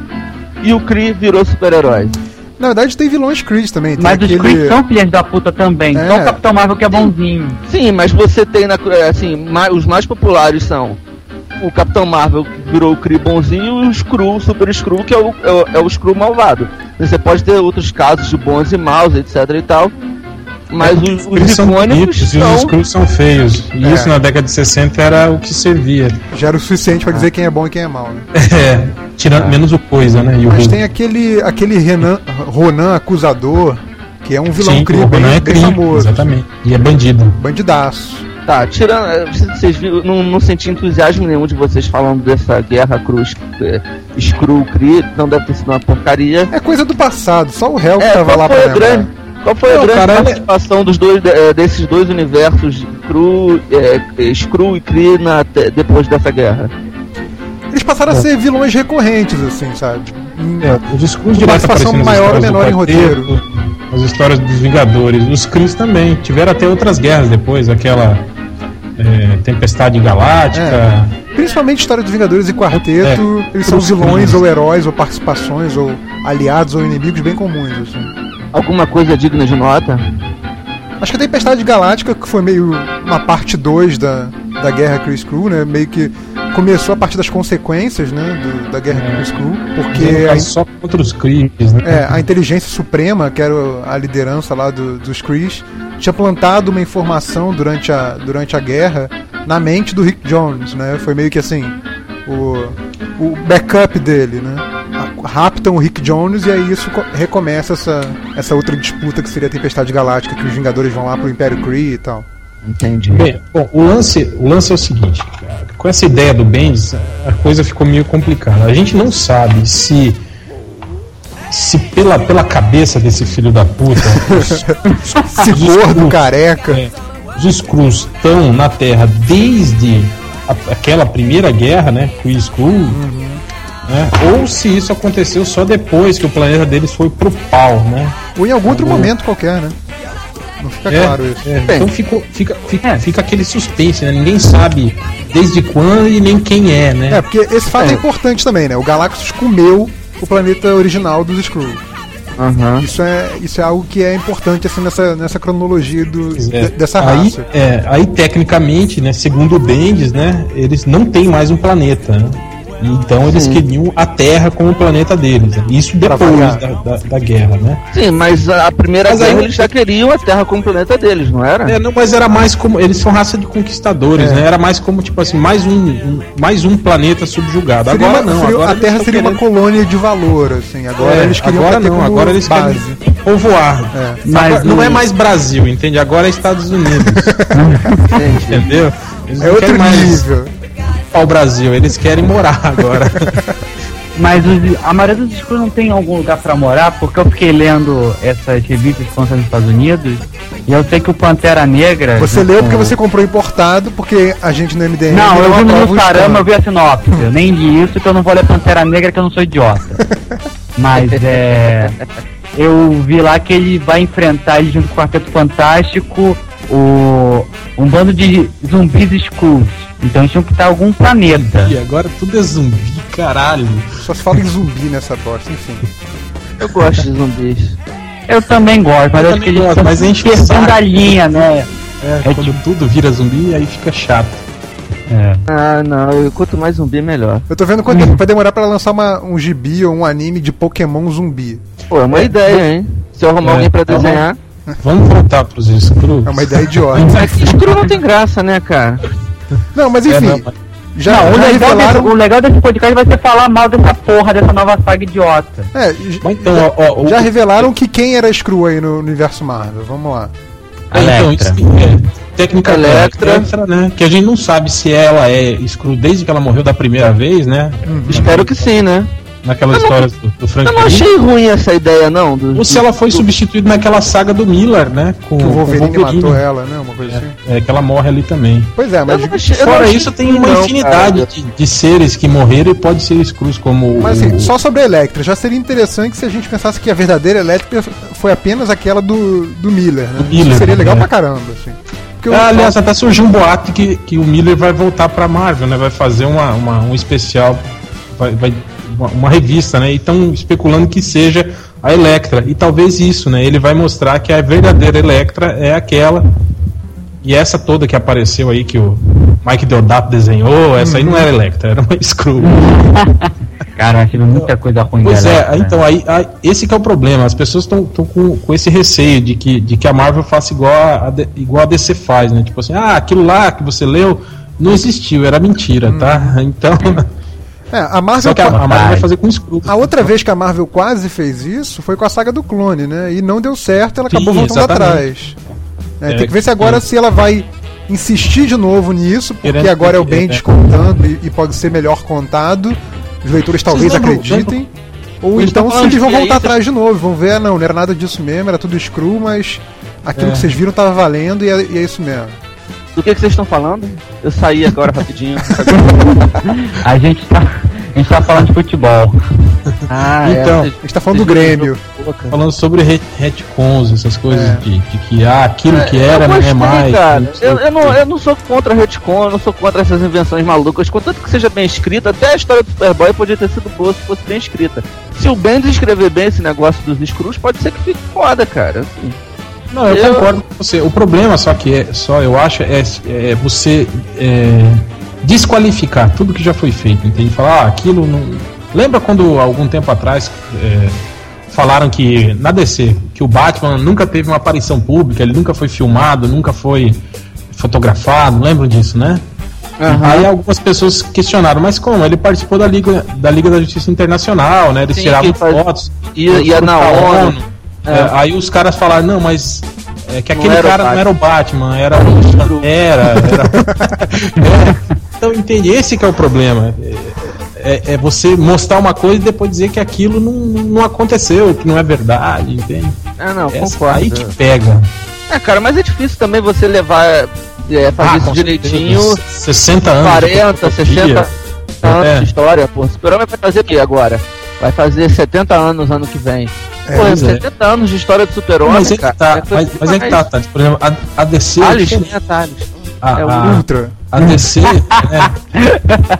Speaker 4: e o Kree virou super-herói?
Speaker 7: Na verdade, tem vilões Creed também. Tem
Speaker 2: Mas os Kree
Speaker 7: aquele...
Speaker 2: são filhas da puta também,
Speaker 7: É.
Speaker 2: só o Capitão Marvel que é bonzinho.
Speaker 4: Sim, mas você tem na é, assim, ma- os mais populares são o Capitão Marvel que virou o Kree bonzinho e o Skrull, o Super Skrull, que é o, é o, é o Skrull malvado. Você pode ter outros casos de bons e maus, etc e tal. Mas os, os
Speaker 8: É, Eles são
Speaker 4: icônicos
Speaker 8: bonitos e
Speaker 4: são.
Speaker 8: os Skrulls são feios. E
Speaker 7: É.
Speaker 8: isso na década de 60 era o que servia.
Speaker 7: Já era o suficiente pra dizer quem é bom e quem é mal, né?
Speaker 8: É, tirando menos o coisa, né? E o
Speaker 7: Mas
Speaker 8: Hulk.
Speaker 7: tem aquele, aquele Renan, Ronan Acusador, que é um vilão
Speaker 8: Sim,
Speaker 7: Sim,
Speaker 8: o
Speaker 7: bem,
Speaker 8: Ronan é
Speaker 7: bem
Speaker 8: Kree,
Speaker 7: famoso.
Speaker 8: Exatamente. E é bandido.
Speaker 7: Bandidaço.
Speaker 4: Tá, tirando. é, vocês- Vocês viram, não, não senti entusiasmo nenhum de vocês falando dessa guerra cruz é, Skrull Kree, não deve ter sido uma porcaria.
Speaker 7: É coisa do passado, só o réu que
Speaker 4: É,
Speaker 7: tava
Speaker 4: qual
Speaker 7: lá
Speaker 4: foi
Speaker 7: pra
Speaker 4: a
Speaker 7: lembrar.
Speaker 4: grande- Qual foi a
Speaker 8: Não,
Speaker 4: grande
Speaker 8: cara, ele-
Speaker 4: participação dos dois, eh, desses dois universos, Cru, é, Screw e Kree, na te- depois dessa guerra?
Speaker 7: Eles passaram a ser vilões recorrentes, assim, sabe?
Speaker 8: É, os Skrulls
Speaker 7: Uma
Speaker 8: direto
Speaker 7: participação
Speaker 8: aparecendo nas
Speaker 7: maior ou
Speaker 8: histórias do
Speaker 7: menor em
Speaker 8: Quarteto, As histórias dos Vingadores. Os Kree também. Tiveram até outras guerras depois. Aquela é, Tempestade Galáctica.
Speaker 7: Principalmente história dos Vingadores e Quarteto, eles É. são vilões ou heróis ou participações ou aliados ou inimigos bem comuns, assim.
Speaker 4: Alguma coisa digna de nota?
Speaker 7: Acho que a Tempestade Galáctica, que foi meio uma parte 2 da, da Guerra Chris Crew, né? Meio que começou a partir das consequências, né? do- da Guerra Chris Crew, porque
Speaker 8: no
Speaker 7: a
Speaker 8: caso, só contra os crimes, né?
Speaker 7: É, a inteligência suprema, que era o- a liderança lá do- dos Krees, tinha plantado uma informação durante a, durante a guerra na mente do Rick Jones, né? Foi meio que assim, o, o backup dele, né? A- Raptam o Rick Jones e aí isso co- recomeça essa, essa outra disputa que seria a Tempestade Galáctica, que os Vingadores vão lá pro Império Kree e tal.
Speaker 4: Entendi.
Speaker 8: Bem, bom, o lance, o lance é o seguinte: cara, com essa ideia do Bendis, a coisa ficou meio complicada. A gente não sabe se. Se pela, pela cabeça desse filho da puta, os-
Speaker 7: Esse
Speaker 8: <laughs>
Speaker 7: gordo careca.
Speaker 8: É, os Skrulls estão na Terra desde a- aquela primeira guerra, né? Kree Skrull. Né? Ou se isso aconteceu só depois que o planeta deles foi pro pau, né?
Speaker 7: Ou em algum outro momento qualquer, né? Não fica
Speaker 8: É,
Speaker 7: claro isso.
Speaker 8: é, Então ficou- fica, fica, fica aquele suspense, né? Ninguém sabe desde quando e nem quem é, né?
Speaker 7: É, porque esse fato é, importante também, né? O Galactus comeu o planeta original dos Skrulls.
Speaker 4: Aham.
Speaker 7: Isso é, isso é algo que é importante assim nessa, nessa cronologia do,
Speaker 8: É,
Speaker 7: de- dessa
Speaker 8: aí,
Speaker 7: raça.
Speaker 8: é, aí tecnicamente, né, segundo o Bendis, né, eles não têm mais um planeta. né? Então eles queriam a Terra como o planeta deles. né? Isso depois da, da, da guerra, né?
Speaker 4: Sim, mas a primeira
Speaker 8: Mas aí-
Speaker 4: guerra eles já queriam a Terra como planeta deles, não era?
Speaker 8: É, não, mas era mais como eles são raça de conquistadores,
Speaker 7: É.
Speaker 8: né? Era mais como tipo assim, mais um, um- mais um planeta subjugado.
Speaker 7: Seria
Speaker 8: agora
Speaker 7: uma-
Speaker 8: não,
Speaker 7: seria-
Speaker 8: agora
Speaker 7: a
Speaker 8: eles
Speaker 7: Terra
Speaker 8: tão
Speaker 7: seria uma
Speaker 8: querendo-
Speaker 7: colônia de valor, assim. Agora
Speaker 8: É,
Speaker 7: eles queriam
Speaker 8: agora
Speaker 7: pra ter
Speaker 8: não,
Speaker 7: como
Speaker 8: agora eles
Speaker 7: base.
Speaker 8: querem povoar.
Speaker 7: É.
Speaker 8: Mas
Speaker 2: Mas
Speaker 8: não
Speaker 2: o-
Speaker 8: é mais Brasil, entende? Agora é Estados Unidos. Entendeu? Eles
Speaker 7: É outro nível.
Speaker 8: ao Brasil, eles querem morar <laughs> agora.
Speaker 2: Mas os- a maioria dos discos não tem algum lugar pra morar, porque eu fiquei lendo essas revistas que estão saindo nos Estados Unidos, e eu sei que o Pantera Negra.
Speaker 7: Você
Speaker 2: junto
Speaker 7: leu
Speaker 2: com-
Speaker 7: porque você comprou importado, porque a gente no MDM.
Speaker 2: Não, eu vi
Speaker 7: aprova
Speaker 2: no
Speaker 7: o spam.
Speaker 2: Sarama, eu vi a sinopse. Eu nem li isso, que eu não vou ler Pantera Negra, que eu não sou idiota. Mas é. Eu vi lá que ele vai enfrentar ele junto com o Quarteto Fantástico o, um bando de zumbis escuros. Então eles tinham que estar em algum planeta.
Speaker 8: e agora tudo é zumbi, caralho.
Speaker 7: Só se fala em zumbi nessa bosta, enfim.
Speaker 4: Eu gosto de zumbis.
Speaker 2: Eu também gosto, mas
Speaker 8: Eu
Speaker 2: acho que
Speaker 8: também gosto, mas
Speaker 2: eles
Speaker 8: enche o
Speaker 2: estão
Speaker 8: saco.
Speaker 2: da linha, né?
Speaker 8: É, quando tudo vira zumbi, aí fica chato.
Speaker 4: Ah, não, eu- quanto mais zumbi, melhor.
Speaker 7: Eu tô vendo quanto
Speaker 2: Hum.
Speaker 7: tempo vai demorar pra lançar uma- um gibi ou um anime de Pokémon zumbi.
Speaker 4: Pô, é uma ideia, hein? Se eu arrumar
Speaker 8: É,
Speaker 4: alguém pra
Speaker 8: tá bom.
Speaker 4: desenhar.
Speaker 8: Vamos voltar pros escuros.
Speaker 7: É uma ideia idiota.
Speaker 2: <laughs>
Speaker 4: É que escuro não tem graça, né, cara?
Speaker 7: Não, mas
Speaker 2: É,
Speaker 7: enfim.
Speaker 8: não, mas-
Speaker 7: Já,
Speaker 2: o,
Speaker 7: já
Speaker 2: legal é desse,
Speaker 7: revelaram.
Speaker 2: o legal desse podcast vai ser falar mal dessa porra, dessa nova saga idiota.
Speaker 7: É, j-
Speaker 8: Mas então, ó, ó, o-
Speaker 7: já revelaram que quem era screw aí no universo Marvel. Vamos lá.
Speaker 8: É, Então, isso é técnica
Speaker 4: Electra.
Speaker 8: Electra, né? Que a gente não sabe se ela é escuro desde que ela morreu da primeira vez, né?
Speaker 4: Espero que sim, né?
Speaker 8: Naquela história do, do Frank
Speaker 4: Eu não
Speaker 8: Miller.
Speaker 4: achei ruim essa ideia, não. Do,
Speaker 8: Ou se ela foi substituída naquela saga do Miller, né? Com
Speaker 7: Que o Wolverine,
Speaker 8: com o Wolverine.
Speaker 7: matou ela, né? Uma coisa assim.
Speaker 8: É, que ela morre ali também.
Speaker 7: Pois é, mas.
Speaker 4: Eu não achei- eu não
Speaker 8: Fora
Speaker 4: achei
Speaker 8: isso, tem
Speaker 4: ruim,
Speaker 8: uma
Speaker 4: não,
Speaker 8: infinidade
Speaker 4: cara.
Speaker 8: de, de seres que morreram e pode ser escrus, como
Speaker 7: Mas
Speaker 8: o-
Speaker 7: assim, só sobre a Electra, já seria interessante se a gente pensasse que a verdadeira Electra foi É apenas aquela do, do Miller, né?
Speaker 8: Do Miller,
Speaker 7: Isso seria legal
Speaker 8: né?
Speaker 7: pra caramba, assim. Porque o-
Speaker 8: Ah, aliás, até surgiu um boato que, que o Miller vai voltar pra Marvel, né? Vai fazer uma, uma- um especial, vai, vai- uma, uma revista, né? E estão especulando que seja a Electra. E talvez isso, né? Ele vai mostrar que a verdadeira Electra é aquela. E essa toda que apareceu aí, que o Mike Deodato desenhou, essa aí não era Electra, era uma Screw.
Speaker 2: Cara, eu achei muita coisa ruim
Speaker 8: Pois
Speaker 2: dela,
Speaker 8: é,
Speaker 2: cara.
Speaker 8: aí, então aí, aí- esse que é o problema. As pessoas estão com, com esse receio de que, de que a Marvel faça igual a, a D- igual a DC faz, né? Tipo assim, ah, aquilo lá que você leu não existiu, era mentira, tá? Então, <laughs>
Speaker 7: é, Ah. a
Speaker 8: só
Speaker 7: Marvel.
Speaker 8: que a, a
Speaker 7: qua-
Speaker 8: Marvel vai fazer com Screw.
Speaker 7: A outra vez que a Marvel quase fez isso foi com a saga do clone, né? E não deu certo, ela
Speaker 8: Sim,
Speaker 7: acabou voltando
Speaker 8: exatamente.
Speaker 7: atrás. É,
Speaker 8: É,
Speaker 7: tem que ver se agora
Speaker 8: é.
Speaker 7: se ela vai insistir de novo nisso, porque
Speaker 8: Querendo-
Speaker 7: agora é o
Speaker 8: é,
Speaker 7: Bendis
Speaker 8: é.
Speaker 7: contando e, e pode ser melhor contado. Os leitores talvez
Speaker 8: lembram-
Speaker 7: acreditem. Ou
Speaker 4: Eles
Speaker 7: então
Speaker 4: tão
Speaker 7: se
Speaker 4: falando
Speaker 7: eles vão
Speaker 4: que aí
Speaker 7: voltar
Speaker 4: tá-
Speaker 7: atrás de novo, vão ver, ah, não, não era nada disso mesmo, era tudo screw, mas aquilo
Speaker 8: É.
Speaker 7: que vocês viram tava valendo e é, e é isso mesmo.
Speaker 4: Do que, que vocês estão falando? Eu saí agora
Speaker 8: <laughs>
Speaker 4: rapidinho.
Speaker 2: A gente tá. <laughs> A gente tá falando de futebol.
Speaker 4: Ah,
Speaker 8: Então,
Speaker 7: A gente tá falando do Grêmio.
Speaker 8: Falando sobre re- retcons, essas coisas
Speaker 7: É.
Speaker 8: de, de que ah, aquilo que
Speaker 4: eu
Speaker 8: era não
Speaker 4: gostei,
Speaker 8: é mais.
Speaker 4: Cara.
Speaker 8: sei
Speaker 4: Eu,
Speaker 8: o
Speaker 4: eu não,
Speaker 8: quê.
Speaker 4: eu não sou contra retcon, eu não sou contra essas invenções malucas. Contanto que seja bem escrita, até a história do Superboy podia ter sido boa se fosse bem escrita. Se o Bendis escrever bem esse negócio dos escrus, pode ser que fique foda, cara. Assim,
Speaker 8: Não, eu,
Speaker 4: Eu-
Speaker 8: concordo com você. O problema só que é, só eu acho é, é você é, desqualificar tudo que já foi feito, entende? Falar ah, aquilo não. Lembra quando algum tempo atrás é, falaram que na DC que o Batman nunca teve uma aparição pública, ele nunca foi filmado, nunca foi fotografado. Lembram disso, né? Aí algumas pessoas questionaram, mas como? Ele participou da Liga da, Liga da Justiça Internacional, né? Eles
Speaker 4: Sim,
Speaker 8: tiravam
Speaker 4: que faz-
Speaker 8: fotos.
Speaker 4: E, e a na
Speaker 8: Pra
Speaker 4: ONU.
Speaker 8: É, aí os caras falaram, não, mas é que
Speaker 4: Não
Speaker 8: aquele
Speaker 4: era o
Speaker 8: cara não
Speaker 4: Batman.
Speaker 8: era o Batman, era o Pantera, era... É, Então entende, esse que é o problema. É, é- é você mostrar uma coisa e depois dizer que aquilo não, não aconteceu, que não é verdade, entende?
Speaker 4: Ah, não,
Speaker 8: Essa-
Speaker 4: concordo.
Speaker 8: aí que pega.
Speaker 4: É, cara, mas é difícil também você levar, é, fazer
Speaker 8: Ah,
Speaker 4: isso
Speaker 8: com
Speaker 4: direitinho,
Speaker 8: certeza. 60 anos. de
Speaker 4: 40,
Speaker 8: fotografia.
Speaker 4: 60 anos
Speaker 8: É.
Speaker 4: de história, pô. O Super-Homem vai fazer o quê agora? Vai fazer 70 anos ano que vem. pô,
Speaker 8: pois é.
Speaker 4: 70 anos de história do Super-Homem,
Speaker 8: Mas é que
Speaker 4: cara.
Speaker 8: tá,
Speaker 4: coisa
Speaker 8: mas, mas é que tá,
Speaker 4: demais.
Speaker 8: Tati. Por exemplo, a, a DC. é
Speaker 4: Thales,
Speaker 8: diferente.
Speaker 4: né, Thales?
Speaker 8: A-
Speaker 4: é o
Speaker 1: um
Speaker 8: a-
Speaker 7: Ultra.
Speaker 8: A <laughs> DC. é.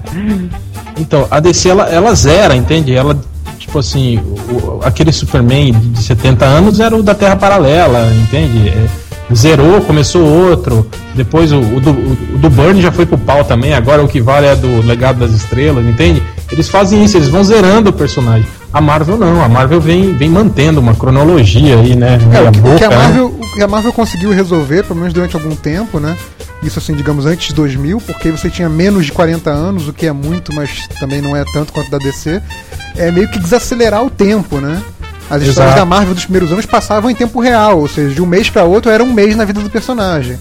Speaker 8: Então, a DC ela, ela zera, entende? Ela tipo assim, o- o- aquele Superman de de 70 anos era o da Terra Paralela, entende? É, zerou, começou outro, depois o, o do, o- o do Burn já foi pro pau também, agora o que vale é do Legado das Estrelas, entende? Eles fazem isso, eles vão zerando o personagem. A Marvel não, a Marvel vem, vem mantendo uma cronologia aí, né?
Speaker 7: É,
Speaker 8: meia
Speaker 7: o, que, o que
Speaker 8: boca,
Speaker 7: a
Speaker 8: né?
Speaker 7: Marvel, o que a Marvel conseguiu resolver, pelo menos durante algum tempo, né? Isso assim, digamos, antes de 2000, porque você tinha menos de 40 anos, o que é muito, mas também não é tanto quanto da DC. É meio que desacelerar o tempo, né? As histórias
Speaker 8: Exato.
Speaker 7: da Marvel dos primeiros anos passavam em tempo real, ou seja, de um mês pra outro era um mês na vida do personagem.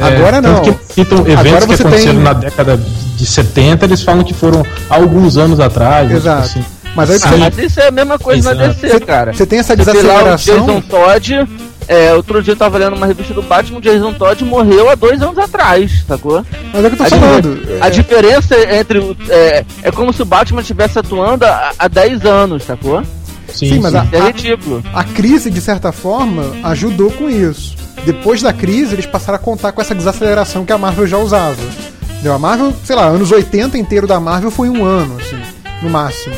Speaker 7: Agora
Speaker 8: É,
Speaker 7: não.
Speaker 8: Tanto que citam eventos
Speaker 7: Agora
Speaker 8: que
Speaker 7: você
Speaker 8: aconteceram
Speaker 7: tem-
Speaker 8: na década de 70, eles falam que foram alguns anos atrás. né,
Speaker 7: Exato.
Speaker 8: tipo assim.
Speaker 7: Mas aí
Speaker 8: Ah,
Speaker 7: você-
Speaker 4: Ah, mas isso é a mesma coisa na
Speaker 8: Exato.
Speaker 4: DC, cara.
Speaker 7: você tem essa
Speaker 4: Você vê lá o
Speaker 7: desaceleração.
Speaker 4: Jason Todd. É, outro dia eu tava lendo uma revista do Batman, o Jason Todd morreu há dois anos atrás, sacou?
Speaker 7: Mas é o que eu tô
Speaker 4: A
Speaker 7: falando.
Speaker 4: A diferença entre. o- É, é como se o Batman estivesse atuando há, há 10 anos, sacou?
Speaker 8: Sim,
Speaker 7: Sim, mas
Speaker 8: sim.
Speaker 7: a-
Speaker 4: É ridículo.
Speaker 7: A crise, de certa forma, ajudou com isso. Depois da crise, eles passaram a contar com essa desaceleração que a Marvel já usava. Entendeu? A Marvel, sei lá, anos 80 inteiro da Marvel foi um ano, assim, no máximo.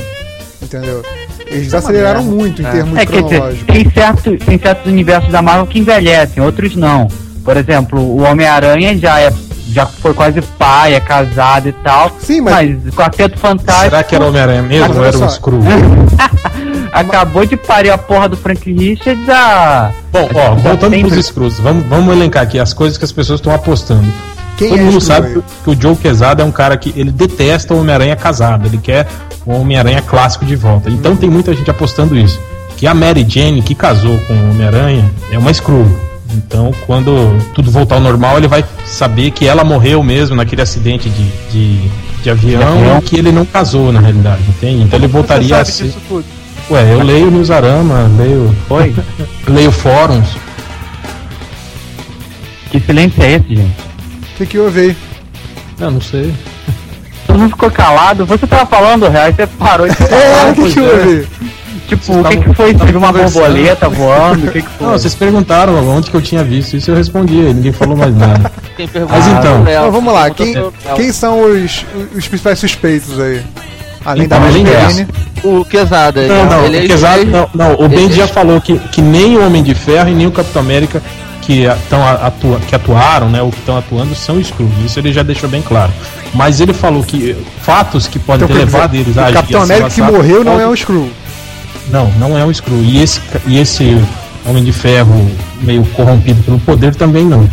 Speaker 7: Entendeu? Eles desaceleraram muito em termos
Speaker 2: É, quer dizer,
Speaker 7: cronológicos.
Speaker 2: tem, certo, tem certos universos da Marvel que envelhecem, outros não. Por exemplo, o Homem-Aranha já é já foi quase pai, é casado e tal.
Speaker 7: Sim, mas- é
Speaker 2: mas, o Quarteto Fantástico
Speaker 8: Será que era o Homem-Aranha mesmo
Speaker 7: Mas
Speaker 8: ou era um
Speaker 7: olha
Speaker 8: o
Speaker 7: só.
Speaker 8: Screw?
Speaker 7: <laughs>
Speaker 2: acabou de parir a porra do Frank Richards ah, a.
Speaker 8: Bom, ó, voltando
Speaker 2: sempre-
Speaker 8: pros Screws, vamos, vamos elencar aqui as coisas que as pessoas estão apostando.
Speaker 7: Quem
Speaker 8: Todo
Speaker 7: é
Speaker 8: mundo
Speaker 7: Screw
Speaker 8: sabe
Speaker 7: aí?
Speaker 8: que, que o Joe Quesada é um cara que ele detesta o Homem-Aranha casado, ele quer o Homem-Aranha clássico de volta. Então tem muita gente apostando isso. Que a Mary Jane, que casou com o Homem-Aranha, é uma Screw. Então, quando tudo voltar ao normal, ele vai saber que ela morreu mesmo naquele acidente de, de, de avião,
Speaker 2: avião.
Speaker 8: e que ele não casou, na realidade, entende? Então ele voltaria a ser.
Speaker 5: tudo.
Speaker 8: Ué, eu leio News Arama, leio. Oi? <laughs> leio fóruns.
Speaker 2: Que silêncio é esse, gente?
Speaker 7: O que, que houve aí?
Speaker 8: Ah, Não, não sei.
Speaker 2: Todo mundo ficou calado. Você tava falando, real, você
Speaker 7: <laughs>
Speaker 2: parou e ficou
Speaker 7: É, o
Speaker 2: calado.
Speaker 7: que, que houve?
Speaker 2: Tipo,
Speaker 8: Vocês
Speaker 2: o que,
Speaker 8: tavam-
Speaker 2: que foi?
Speaker 8: tavam
Speaker 2: Teve uma
Speaker 8: conversando.
Speaker 2: borboleta voando? O que, que foi?
Speaker 8: Não, vocês perguntaram onde que eu tinha visto isso eu respondi, aí ninguém falou mais
Speaker 4: <laughs>
Speaker 8: nada.
Speaker 4: Quem pergunta é
Speaker 8: Mas então-
Speaker 4: sobre ela,
Speaker 7: Então, vamos lá,
Speaker 4: pergunta
Speaker 7: quem,
Speaker 4: sobre ela.
Speaker 7: quem são os, os principais suspeitos aí? Além
Speaker 8: Então,
Speaker 7: da né? Mary
Speaker 8: além
Speaker 7: Jane.
Speaker 4: O Quesada aí.
Speaker 8: Não,
Speaker 4: ó,
Speaker 8: não,
Speaker 4: ele é
Speaker 8: o Quesada-
Speaker 4: ex-
Speaker 8: não, não, o
Speaker 4: ele
Speaker 8: Ben
Speaker 4: é
Speaker 8: já falou que, que nem o Homem de Ferro e nem o Capitão América que, a- tão a- atua, que atuaram, né, ou que estão atuando, são Skrulls. Isso ele já deixou bem claro. Mas ele falou que fatos que podem
Speaker 7: Então,
Speaker 8: ter
Speaker 7: quer dizer,
Speaker 8: levado eles a
Speaker 7: o
Speaker 8: agir
Speaker 7: Capitão
Speaker 8: assim,
Speaker 7: América que
Speaker 8: assado,
Speaker 7: morreu não é
Speaker 8: podem-
Speaker 7: o Screw.
Speaker 8: Não, não é um Screw. E esse, ca- e esse Homem de Ferro, meio corrompido pelo poder, também não.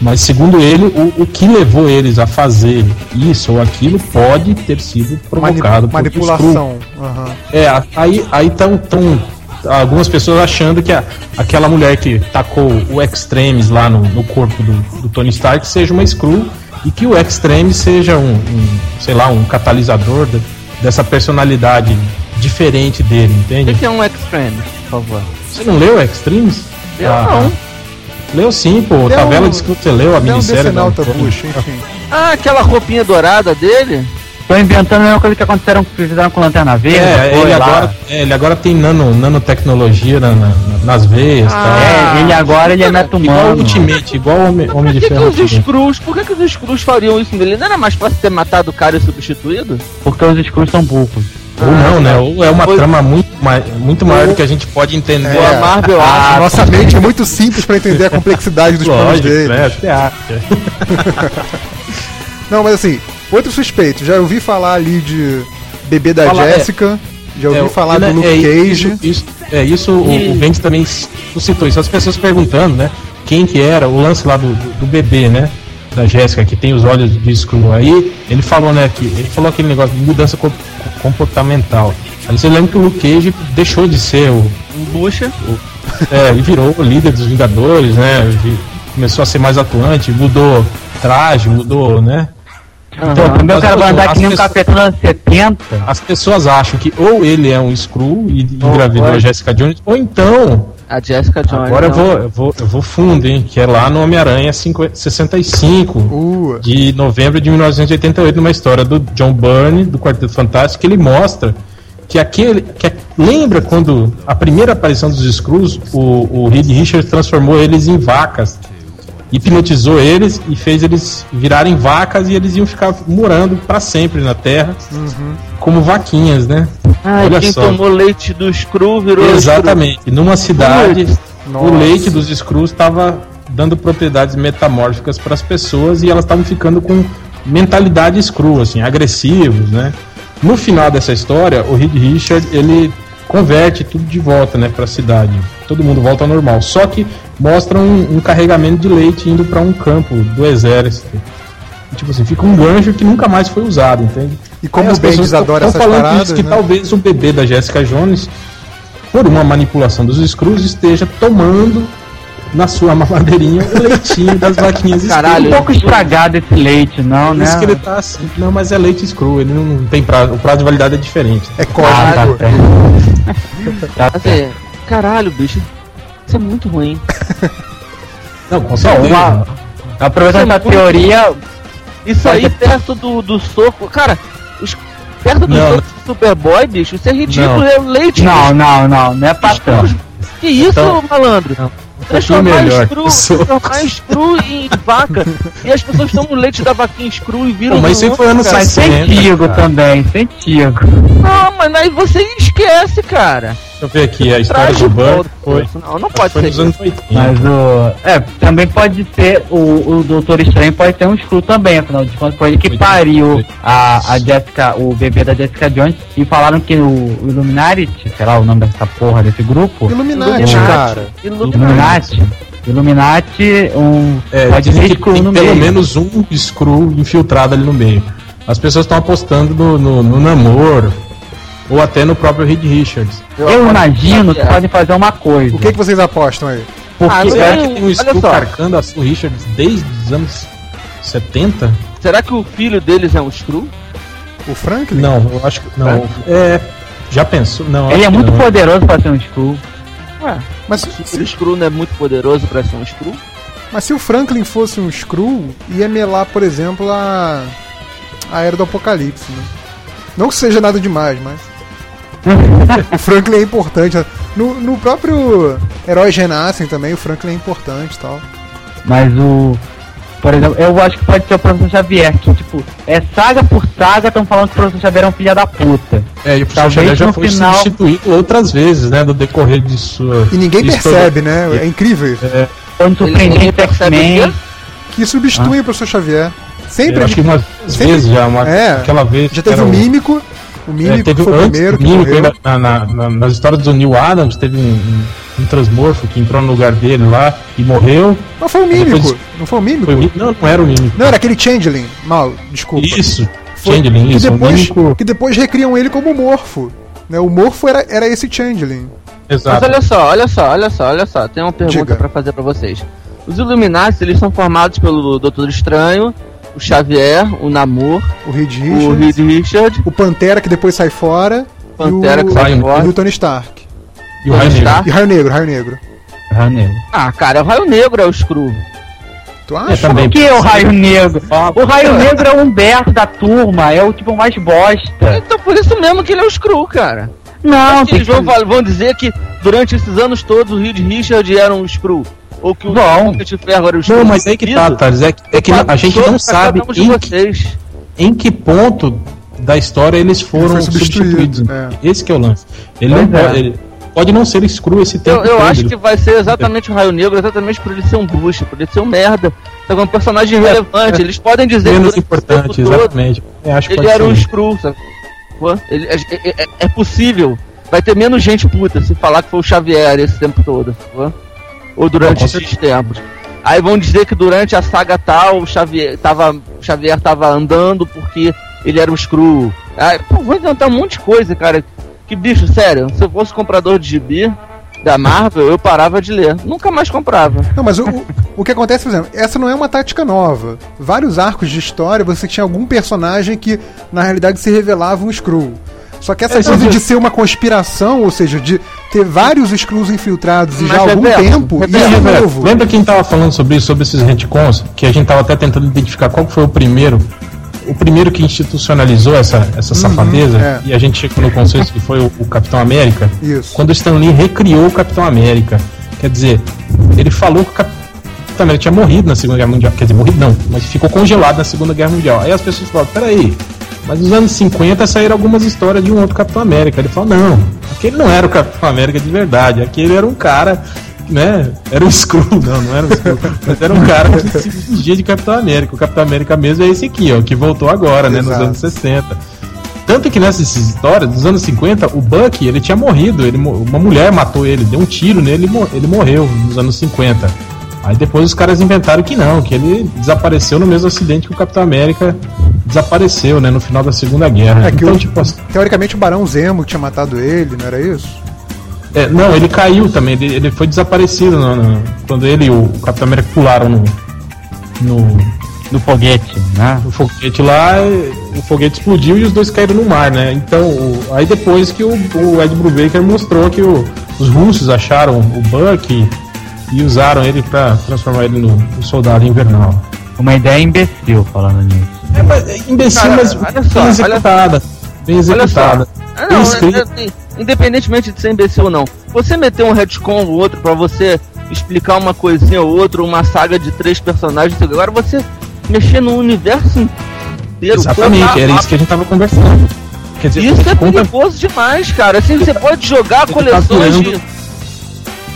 Speaker 8: Mas segundo ele, o, o que levou eles a fazer isso ou aquilo pode ter sido provocado por Skrull.
Speaker 7: Manipulação. Aham.
Speaker 8: É, a- aí aí tão, tão algumas pessoas achando que a- aquela mulher que tacou o Extremis lá no, no corpo do, do Tony Stark seja uma Screw e que o Extremis seja um, um, sei lá, um catalisador de- dessa personalidade diferente dele, entende?
Speaker 4: O que é um X-Frame, por favor?
Speaker 8: Você não leu Extremes? Ah,
Speaker 4: Eu não.
Speaker 8: Leu sim, pô.
Speaker 7: Deu- um
Speaker 8: Tabela diz que você leu a
Speaker 7: Não
Speaker 8: minissérie. da-
Speaker 7: decenalta, Bush, enfim.
Speaker 4: Ah, aquela roupinha dourada dele?
Speaker 2: Tô inventando a mesma coisa que aconteceram, fizeram com Lanterna Verde.
Speaker 8: É,
Speaker 2: foi
Speaker 8: ele
Speaker 2: lá.
Speaker 8: agora, é, ele agora tem nano, nanotecnologia na- na- nas veias tá? e
Speaker 7: Ah,
Speaker 2: É, ele agora ele é neto
Speaker 8: tal. Igual o
Speaker 2: humano.
Speaker 8: Ultimate, igual o Homem, Homem
Speaker 4: Por
Speaker 8: de
Speaker 4: que, que
Speaker 8: Ferro.
Speaker 4: os
Speaker 8: também.
Speaker 4: Screws, por que, que os Screws fariam isso nele? Não era mais fácil ter matado o cara e substituído?
Speaker 2: Porque os escuros são burros.
Speaker 8: Ou não, né? Ou é uma
Speaker 4: Pois-
Speaker 8: trama muito, mai- muito maior do que a gente pode entender.
Speaker 4: Ou a Marvel
Speaker 7: A
Speaker 2: Ah,
Speaker 4: acha
Speaker 7: É. nossa mente é muito simples pra entender a complexidade dos planos
Speaker 8: Lógico,
Speaker 7: dele.
Speaker 8: né? Teatro.
Speaker 7: Não, mas assim, outro suspeito. Já ouvi falar ali de bebê da
Speaker 8: Fala-
Speaker 7: Jéssica. Já ouvi
Speaker 8: o-
Speaker 7: falar
Speaker 8: né,
Speaker 7: do Luke
Speaker 8: é,
Speaker 7: Cage.
Speaker 8: Isso, isso- é isso, o, o Bentes também c- citou isso. As pessoas perguntando, né? Quem que era o lance lá do, do, do bebê, né? Da Jéssica, que tem os olhos de escuro aí. Ele falou, né? Que, ele falou aquele negócio de mudança co- comportamental. Aí você lembra que o Luke Cage deixou de ser o.
Speaker 4: um bucha.
Speaker 8: É, e virou o líder dos Vingadores, né? vi- Começou a ser mais atuante, mudou traje, mudou, né? Então,
Speaker 2: O meu
Speaker 8: as
Speaker 2: cara vai
Speaker 8: pessoas-
Speaker 2: andar que nem um
Speaker 8: as pessoas-
Speaker 2: capetão anos
Speaker 7: É.
Speaker 2: 70.
Speaker 8: as pessoas acham que ou ele é um Screw e
Speaker 7: é.
Speaker 8: engravidou a Jessica Jones, ou então,
Speaker 4: A Jessica Jones.
Speaker 8: agora eu
Speaker 4: não.
Speaker 8: vou, eu, vou, eu vou fundo, hein, que é lá no Homem-Aranha 50 65,
Speaker 7: Uh,
Speaker 8: de novembro de 1988, numa história do John Byrne, do Quarteto Fantástico, que ele mostra que aquele. Que a- lembra quando a primeira aparição dos Screws, o, o Reed Richards transformou eles em vacas. Hipnotizou eles e fez eles virarem vacas e eles iam ficar morando pra sempre na Terra como vaquinhas, né?
Speaker 4: Ah,
Speaker 8: Olha
Speaker 4: quem
Speaker 8: só.
Speaker 4: tomou leite do Screw virou
Speaker 8: Exatamente. E numa cidade,
Speaker 7: Nossa.
Speaker 8: o leite dos Skrulls estava dando propriedades metamórficas para as pessoas e elas estavam ficando com mentalidade Skrull, assim, agressivos, né? No final dessa história, o Reed Richard, ele converte tudo de volta, né, para a cidade. Todo mundo volta ao normal. Só que mostra um, um carregamento de leite indo para um campo do exército. E, Tipo assim, fica um gancho que nunca mais foi usado, entende?
Speaker 7: E como
Speaker 8: É,
Speaker 7: o Bendis
Speaker 8: tão-
Speaker 7: adora
Speaker 8: tão
Speaker 7: essas
Speaker 8: falando
Speaker 7: paradas,
Speaker 8: disso, que
Speaker 7: né?
Speaker 8: talvez o bebê da Jessica Jones, por uma manipulação dos Screws, esteja tomando na sua mamadeirinha o leitinho das vaquinhas Screw.
Speaker 2: Um pouco estragado esse leite, não,
Speaker 8: Por
Speaker 2: né?
Speaker 8: isso que ele tá assim. Não, mas é leite Screw, ele não tem prazo. O prazo de validade é diferente.
Speaker 7: É
Speaker 2: Ah, tá
Speaker 7: código.
Speaker 2: certo.
Speaker 8: Ah,
Speaker 4: Screw.
Speaker 8: é.
Speaker 4: Assim, caralho, bicho. Isso é muito ruim.
Speaker 8: Não, com
Speaker 2: Bom,
Speaker 8: certeza.
Speaker 2: uma- Tá Aproveitando
Speaker 8: é
Speaker 2: a teoria,
Speaker 4: Isso
Speaker 2: Mas
Speaker 4: aí perto do, do soco. Cara, os- perto do
Speaker 8: Não.
Speaker 4: soco do Superboy, bicho, isso é ridículo.
Speaker 8: Não.
Speaker 4: É o leite.
Speaker 2: não, não, não, não é pra
Speaker 4: Screw.
Speaker 2: tanto.
Speaker 4: Que isso,
Speaker 8: Então-
Speaker 4: malandro?
Speaker 8: um pouquinho
Speaker 4: Transformar
Speaker 8: melhor. é
Speaker 4: Screw,
Speaker 8: Sou-
Speaker 4: transformar
Speaker 8: <laughs>
Speaker 4: Screw em vaca. E as pessoas tomam o leite da vaquinha Screw e viram.
Speaker 8: Pô, mas isso aí foi ano
Speaker 4: louco, cara.
Speaker 2: Mas sem
Speaker 8: 60,
Speaker 2: tigo
Speaker 8: cara.
Speaker 2: também, sem tigo.
Speaker 4: Não, mas aí você esquece, cara.
Speaker 8: Deixa eu ver aqui, a história
Speaker 4: Traz de
Speaker 8: do Burt
Speaker 4: volta.
Speaker 8: foi,
Speaker 4: Não, não pode
Speaker 8: foi
Speaker 4: ser.
Speaker 8: nos
Speaker 4: isso.
Speaker 8: anos 80.
Speaker 2: Mas o. É, também pode ser. O, o Doutor Estranho pode ter um screw também, afinal de contas, foi ele que
Speaker 8: Muito
Speaker 2: pariu
Speaker 8: bem.
Speaker 2: a, a Jessica, o bebê da Jessica Jones. E falaram que o, o Illuminati, sei lá o nome dessa porra desse grupo.
Speaker 7: Illuminati,
Speaker 2: Illuminati.
Speaker 7: cara.
Speaker 2: Illuminati. Illuminati, um.
Speaker 8: É,
Speaker 2: pode
Speaker 8: dizem
Speaker 2: ser
Speaker 8: que
Speaker 2: screw
Speaker 8: tem
Speaker 2: no
Speaker 8: pelo
Speaker 2: meio.
Speaker 8: menos um screw infiltrado ali no meio. As pessoas estão apostando no, no, no namoro ou até no próprio Reed Richards.
Speaker 2: Eu imagino que podem fazer uma coisa.
Speaker 7: O que, que vocês apostam aí?
Speaker 2: Porque é
Speaker 4: Ah,
Speaker 8: Será
Speaker 4: eu-
Speaker 8: que tem um
Speaker 4: olha
Speaker 8: screw
Speaker 4: só.
Speaker 8: carcando a Sue Richards desde os anos 70?
Speaker 4: Será que o filho deles é um Screw?
Speaker 7: O Franklin?
Speaker 8: Não, eu acho que não. É, já pensou? Não, acho
Speaker 2: ele é
Speaker 8: que
Speaker 2: muito
Speaker 8: não.
Speaker 2: poderoso pra ser um screw.
Speaker 7: Mas,
Speaker 4: O Screw não é muito poderoso pra ser um Screw?
Speaker 7: mas se o Franklin fosse um Skrull, ia melar, por exemplo, a, a Era do Apocalipse, né? Não que seja nada demais,
Speaker 8: <laughs>
Speaker 7: mas... o Franklin é importante. né? No, no próprio Heróis Renascem também, o Franklin é importante e tal.
Speaker 2: Mas o. Por exemplo, eu acho que pode ser o professor Xavier, que tipo, é saga por saga, estão falando que o professor Xavier é um filho da puta.
Speaker 8: É, e o Puxa
Speaker 2: Talvez
Speaker 8: Xavier já
Speaker 2: no
Speaker 8: foi
Speaker 2: final-
Speaker 8: substituído outras vezes, né? No decorrer de sua.
Speaker 7: E ninguém
Speaker 8: Isso
Speaker 7: percebe, né? É incrível isso.
Speaker 8: É,
Speaker 2: Quando
Speaker 4: ninguém
Speaker 2: surpreendente
Speaker 4: percebe o
Speaker 2: X-Men.
Speaker 4: quê?
Speaker 7: Que substitui o Professor Xavier. Sempre
Speaker 8: Ah. eu É, acho que umas
Speaker 7: sempre-
Speaker 8: vezes já, uma,
Speaker 7: É,
Speaker 8: aquela vez.
Speaker 7: Já
Speaker 8: que
Speaker 7: teve
Speaker 8: era
Speaker 7: o Mímico. O Mímico
Speaker 8: É, teve
Speaker 7: foi o
Speaker 8: antes,
Speaker 7: primeiro que
Speaker 8: Mímico, né?
Speaker 7: morreu.
Speaker 8: ainda na- na- na- nas histórias do Neil Adams teve um, um- um transmorfo que entrou no lugar dele lá e morreu.
Speaker 7: Não foi o Mímico.
Speaker 8: Depois-
Speaker 7: Não foi o Mímico?
Speaker 8: Foi o Mí- não, não era o Mímico.
Speaker 7: Não, era aquele Changeling. Mal, desculpa.
Speaker 8: Isso,
Speaker 7: Foi-
Speaker 8: Changeling,
Speaker 7: que
Speaker 8: isso. O
Speaker 7: depois,
Speaker 8: Mímico.
Speaker 7: que depois recriam ele como Morfo. Né? O Morfo era, era esse Changeling.
Speaker 4: Mas
Speaker 8: Exato.
Speaker 4: olha só, olha só, olha só, olha só. Tem uma
Speaker 7: Diga.
Speaker 4: pergunta pra fazer pra vocês. Os Illuminati, eles são formados pelo Doutor Estranho, o Xavier, o Namor,
Speaker 7: O Reed
Speaker 4: o
Speaker 7: Richards.
Speaker 4: Reed Richard,
Speaker 7: O Pantera, que depois sai fora.
Speaker 4: Pantera
Speaker 7: e
Speaker 4: que
Speaker 7: o,
Speaker 4: sai
Speaker 7: e
Speaker 4: fora.
Speaker 7: o Tony Stark.
Speaker 8: E o Raio Negro.
Speaker 4: Tá?
Speaker 7: E Raio Negro, Raio Negro.
Speaker 2: Raio
Speaker 4: Ah, cara, o Raio Negro é o Screw.
Speaker 7: Tu
Speaker 8: É,
Speaker 7: acha?
Speaker 8: também.
Speaker 2: Por que o raio negro? O raio negro é o Humberto da turma, é o tipo mais bosta.
Speaker 4: Então por isso mesmo que ele é o Screw, cara.
Speaker 2: Não,
Speaker 4: Acho que
Speaker 2: tem
Speaker 4: eles
Speaker 2: que...
Speaker 4: vão, fal- vão dizer que durante esses anos todos o Reed Richard era um Screw. Ou que o
Speaker 2: Vão.
Speaker 4: Homem de Ferro era é o Screw.
Speaker 8: Não, mas aí que tá,
Speaker 4: Isso,
Speaker 8: Thales. É que, é que
Speaker 4: quase
Speaker 8: a gente
Speaker 4: todos
Speaker 8: não
Speaker 4: pra cada
Speaker 8: sabe
Speaker 4: um de
Speaker 8: em que,
Speaker 4: vocês.
Speaker 8: em que ponto da história eles foram
Speaker 7: foi substituído,
Speaker 8: substituídos. Esse que é o lance. Ele não
Speaker 2: Pois é.
Speaker 8: pode, ele pode não ser escuro esse tempo
Speaker 4: Então, Eu, eu
Speaker 8: todo,
Speaker 4: acho
Speaker 8: ele
Speaker 4: que vai ser exatamente o Raio Negro, exatamente por ele ser um bucha, por ele ser um merda. Sabe, um personagem relevante. Eles podem dizer que
Speaker 8: É. menos
Speaker 4: durante esse
Speaker 8: importante,
Speaker 4: tempo todo
Speaker 8: exatamente. Eu acho que
Speaker 4: ele
Speaker 8: pode
Speaker 4: era
Speaker 8: ser.
Speaker 4: um Screw, sabe? Pô, ele- é, é- é- é possível. Vai ter menos gente puta se falar que foi o Xavier esse tempo todo. pô. Ou
Speaker 8: Não, com
Speaker 4: durante esses
Speaker 8: certeza.
Speaker 4: tempos. Aí vão dizer que durante a saga tal, o Xavier tava, o Xavier tava andando porque ele era um Screw. Ah, pô, vou inventar um monte de coisa, cara. Que bicho, sério. Se eu fosse comprador de gibi da Marvel, eu parava de ler. Nunca mais comprava.
Speaker 7: Não, mas o, o- o que acontece, por exemplo, essa não é uma tática nova. Vários arcos de história você tinha algum personagem que na realidade se revelava um Skrull. Só que essa
Speaker 8: Esse
Speaker 7: coisa
Speaker 8: é o-
Speaker 7: de ser uma conspiração, ou seja, de ter vários Skrulls infiltrados e
Speaker 4: Mas
Speaker 7: já há algum
Speaker 4: Rebeca,
Speaker 7: tempo,
Speaker 4: Rebeca,
Speaker 7: isso é
Speaker 8: Lembra,
Speaker 7: novo.
Speaker 8: lembra quem tava falando sobre isso, sobre esses retcons? Que a gente tava até tentando identificar qual foi o primeiro. O primeiro que institucionalizou essa, essa safadeza,
Speaker 7: é.
Speaker 8: e a gente chegou no consenso que foi o, o Capitão América,
Speaker 7: Isso.
Speaker 8: quando o Stan Lee recriou o Capitão América. Quer dizer, ele falou que o Capitão América tinha morrido na Segunda Guerra Mundial. Quer dizer, morrido não, mas ficou congelado na Segunda Guerra Mundial. Aí as pessoas falaram, peraí, Mas nos anos 50 saíram algumas histórias de um outro Capitão América. Ele falou, não, aquele não era o Capitão América de verdade, aquele era um cara, né? Era um Skrull, não, não era um Skrull, <laughs> mas era um cara que se fingia de Capitão América. O Capitão América mesmo é esse aqui, ó, que voltou agora, né, nos
Speaker 7: Exato.
Speaker 8: anos 60. Tanto que nessas histórias, dos anos 50, o Buck, ele tinha morrido, ele, mo- uma mulher matou ele, deu um tiro nele e mo- ele morreu nos anos 50. Aí depois os caras inventaram que não, que ele desapareceu no mesmo acidente que o Capitão América desapareceu, né, no final da Segunda Guerra.
Speaker 7: É que
Speaker 8: então,
Speaker 7: o-
Speaker 8: tipo, assim,
Speaker 7: Teoricamente o Barão Zemo tinha matado ele, não era isso?
Speaker 8: é, não, ele caiu também, ele, ele foi desaparecido no- no- quando ele e o Capitão América pularam no, no,
Speaker 2: Do foguete, né?
Speaker 8: o foguete lá, o foguete explodiu e os dois caíram no mar, né? Então, o- aí depois que o, o Ed Brubaker mostrou que o- os russos acharam o Buck e usaram ele pra transformar ele no, no soldado invernal.
Speaker 2: Uma ideia imbecil falando nisso.
Speaker 8: É, mas, é imbecil,
Speaker 4: Cara,
Speaker 8: mas
Speaker 4: olha
Speaker 8: bem
Speaker 4: só, olha-
Speaker 8: executada. Bem executada.
Speaker 4: Ah, não,
Speaker 8: Isso,
Speaker 4: é-
Speaker 8: isso.
Speaker 4: é assim, independentemente de ser imbecil ou não, você meter um retcon ou outro pra você explicar uma coisinha ou outra, uma saga de três personagens, entendeu? agora você mexer no universo inteiro.
Speaker 8: Exatamente,
Speaker 4: botar-
Speaker 7: é
Speaker 8: era isso que a gente tava conversando. Quer dizer,
Speaker 4: Isso é
Speaker 8: conta-
Speaker 4: perigoso demais, cara. Assim, você pode jogar
Speaker 8: tá
Speaker 4: coleções de.
Speaker 8: virando-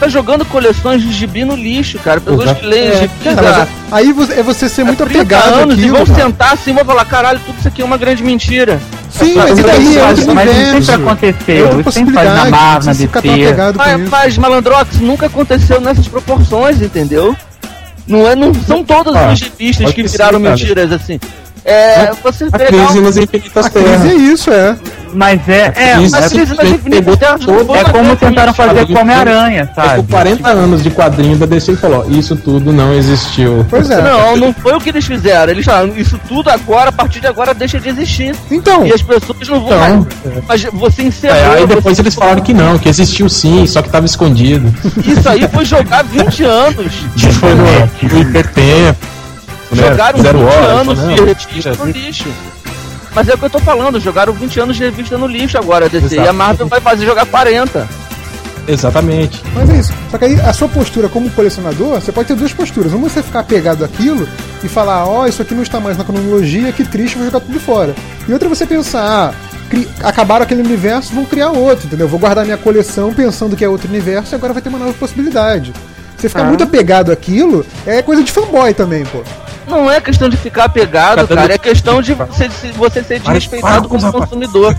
Speaker 4: Tá jogando coleções de gibi no lixo, cara. Pessoas
Speaker 8: Exato.
Speaker 4: que leem
Speaker 7: É,
Speaker 4: gibi.
Speaker 7: cara,
Speaker 4: há
Speaker 7: mas é- aí você, é você ser muito
Speaker 4: 30
Speaker 7: apegado
Speaker 4: anos e
Speaker 7: àquilo.
Speaker 4: vão
Speaker 7: cara.
Speaker 4: sentar assim e vão falar: caralho, tudo isso aqui é uma grande mentira.
Speaker 7: Sim, mas e daí? É outro
Speaker 2: mas isso sempre
Speaker 7: universo. É
Speaker 2: aconteceu.
Speaker 7: outra
Speaker 2: Isso sempre faz na
Speaker 7: possibilidade.
Speaker 2: Marvel, na
Speaker 7: Você fica tão
Speaker 2: DC.
Speaker 7: apegado com
Speaker 4: Mas,
Speaker 7: isso.
Speaker 4: mas Malandrox nunca aconteceu nessas proporções, entendeu? Não, é, não são todos
Speaker 8: Ah,
Speaker 4: os gibistas
Speaker 8: pode
Speaker 4: que
Speaker 8: ter
Speaker 4: viraram
Speaker 8: sido, cara.
Speaker 4: mentiras assim. É, você
Speaker 8: A
Speaker 4: pegar
Speaker 8: crise
Speaker 4: um-
Speaker 8: nas infinitas
Speaker 7: A crise é
Speaker 8: terras.
Speaker 7: isso, é.
Speaker 2: Mas é, é,
Speaker 8: Isso,
Speaker 4: a
Speaker 8: é
Speaker 2: mas
Speaker 4: crise das
Speaker 8: simplesmente
Speaker 4: infinitas terras não
Speaker 8: pegou
Speaker 4: foi
Speaker 2: é
Speaker 4: uma
Speaker 2: como
Speaker 4: grande
Speaker 2: tentaram
Speaker 4: mentira.
Speaker 2: fazer com Homem-Aranha,
Speaker 8: Com
Speaker 2: sabe?
Speaker 8: 40 anos de quadrinho da DC, ele falou: Isso tudo não existiu.
Speaker 7: Pois é.
Speaker 4: Não, não foi o que eles fizeram. Eles falaram, isso tudo agora, a partir de agora, deixa de existir.
Speaker 7: Então,
Speaker 4: E as pessoas não vão.
Speaker 8: Então,
Speaker 4: Mas você encerrou.
Speaker 8: É, aí
Speaker 4: você-
Speaker 8: depois eles falaram que não, que existiu sim, só que tava escondido.
Speaker 4: Isso aí foi jogar 20 anos.
Speaker 8: <laughs> Que foi no, É, no hipertempo. né?
Speaker 4: Jogaram 20
Speaker 8: Zero hora,
Speaker 4: anos
Speaker 8: né?
Speaker 4: de revista no lixo. Mas é o que eu tô falando, jogaram 20 anos de revista no lixo agora, DC. E a
Speaker 8: Exato.
Speaker 4: Marvel vai fazer jogar 40.
Speaker 8: Exatamente.
Speaker 7: mas é isso. Só que aí a sua postura como colecionador, você pode ter duas posturas. Uma é você ficar apegado àquilo e falar, ó, isso aqui não está mais na cronologia, que triste, vou jogar tudo fora. E outra é você pensar, ah, cri- acabaram aquele universo, vão criar outro, entendeu? Vou guardar minha coleção pensando que é outro universo e agora vai ter uma nova possibilidade. Você
Speaker 8: Ah.
Speaker 7: ficar muito apegado àquilo é coisa de fanboy também, pô.
Speaker 4: Não é questão de ficar apegado,
Speaker 8: Tá dando-
Speaker 4: cara. É questão de você, se- você ser
Speaker 8: Para-
Speaker 4: desrespeitado
Speaker 8: para com
Speaker 4: como
Speaker 8: o rapaz.
Speaker 4: consumidor.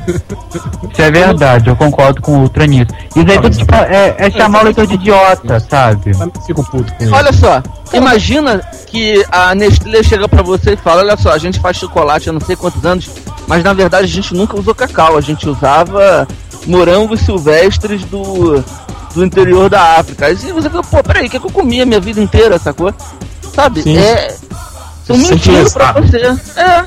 Speaker 2: Isso é verdade, eu concordo com o Ultra nisso. Isso aí tudo tipo, é, é chamar o leitor de idiota, sabe?
Speaker 8: Eu não fico puto com isso.
Speaker 4: Olha só, imagina que a Nestlé chega pra você e fala: Olha só, a gente faz chocolate há não sei quantos anos, mas na verdade a gente nunca usou cacau, a gente usava morangos silvestres do, do interior da África. E você fala: Pô, peraí, o que, é que eu comia minha vida inteira, sacou? Sabe?
Speaker 8: Sim.
Speaker 4: É. Estão
Speaker 8: Você sente
Speaker 4: mentindo pra
Speaker 8: lesado.
Speaker 4: você. É.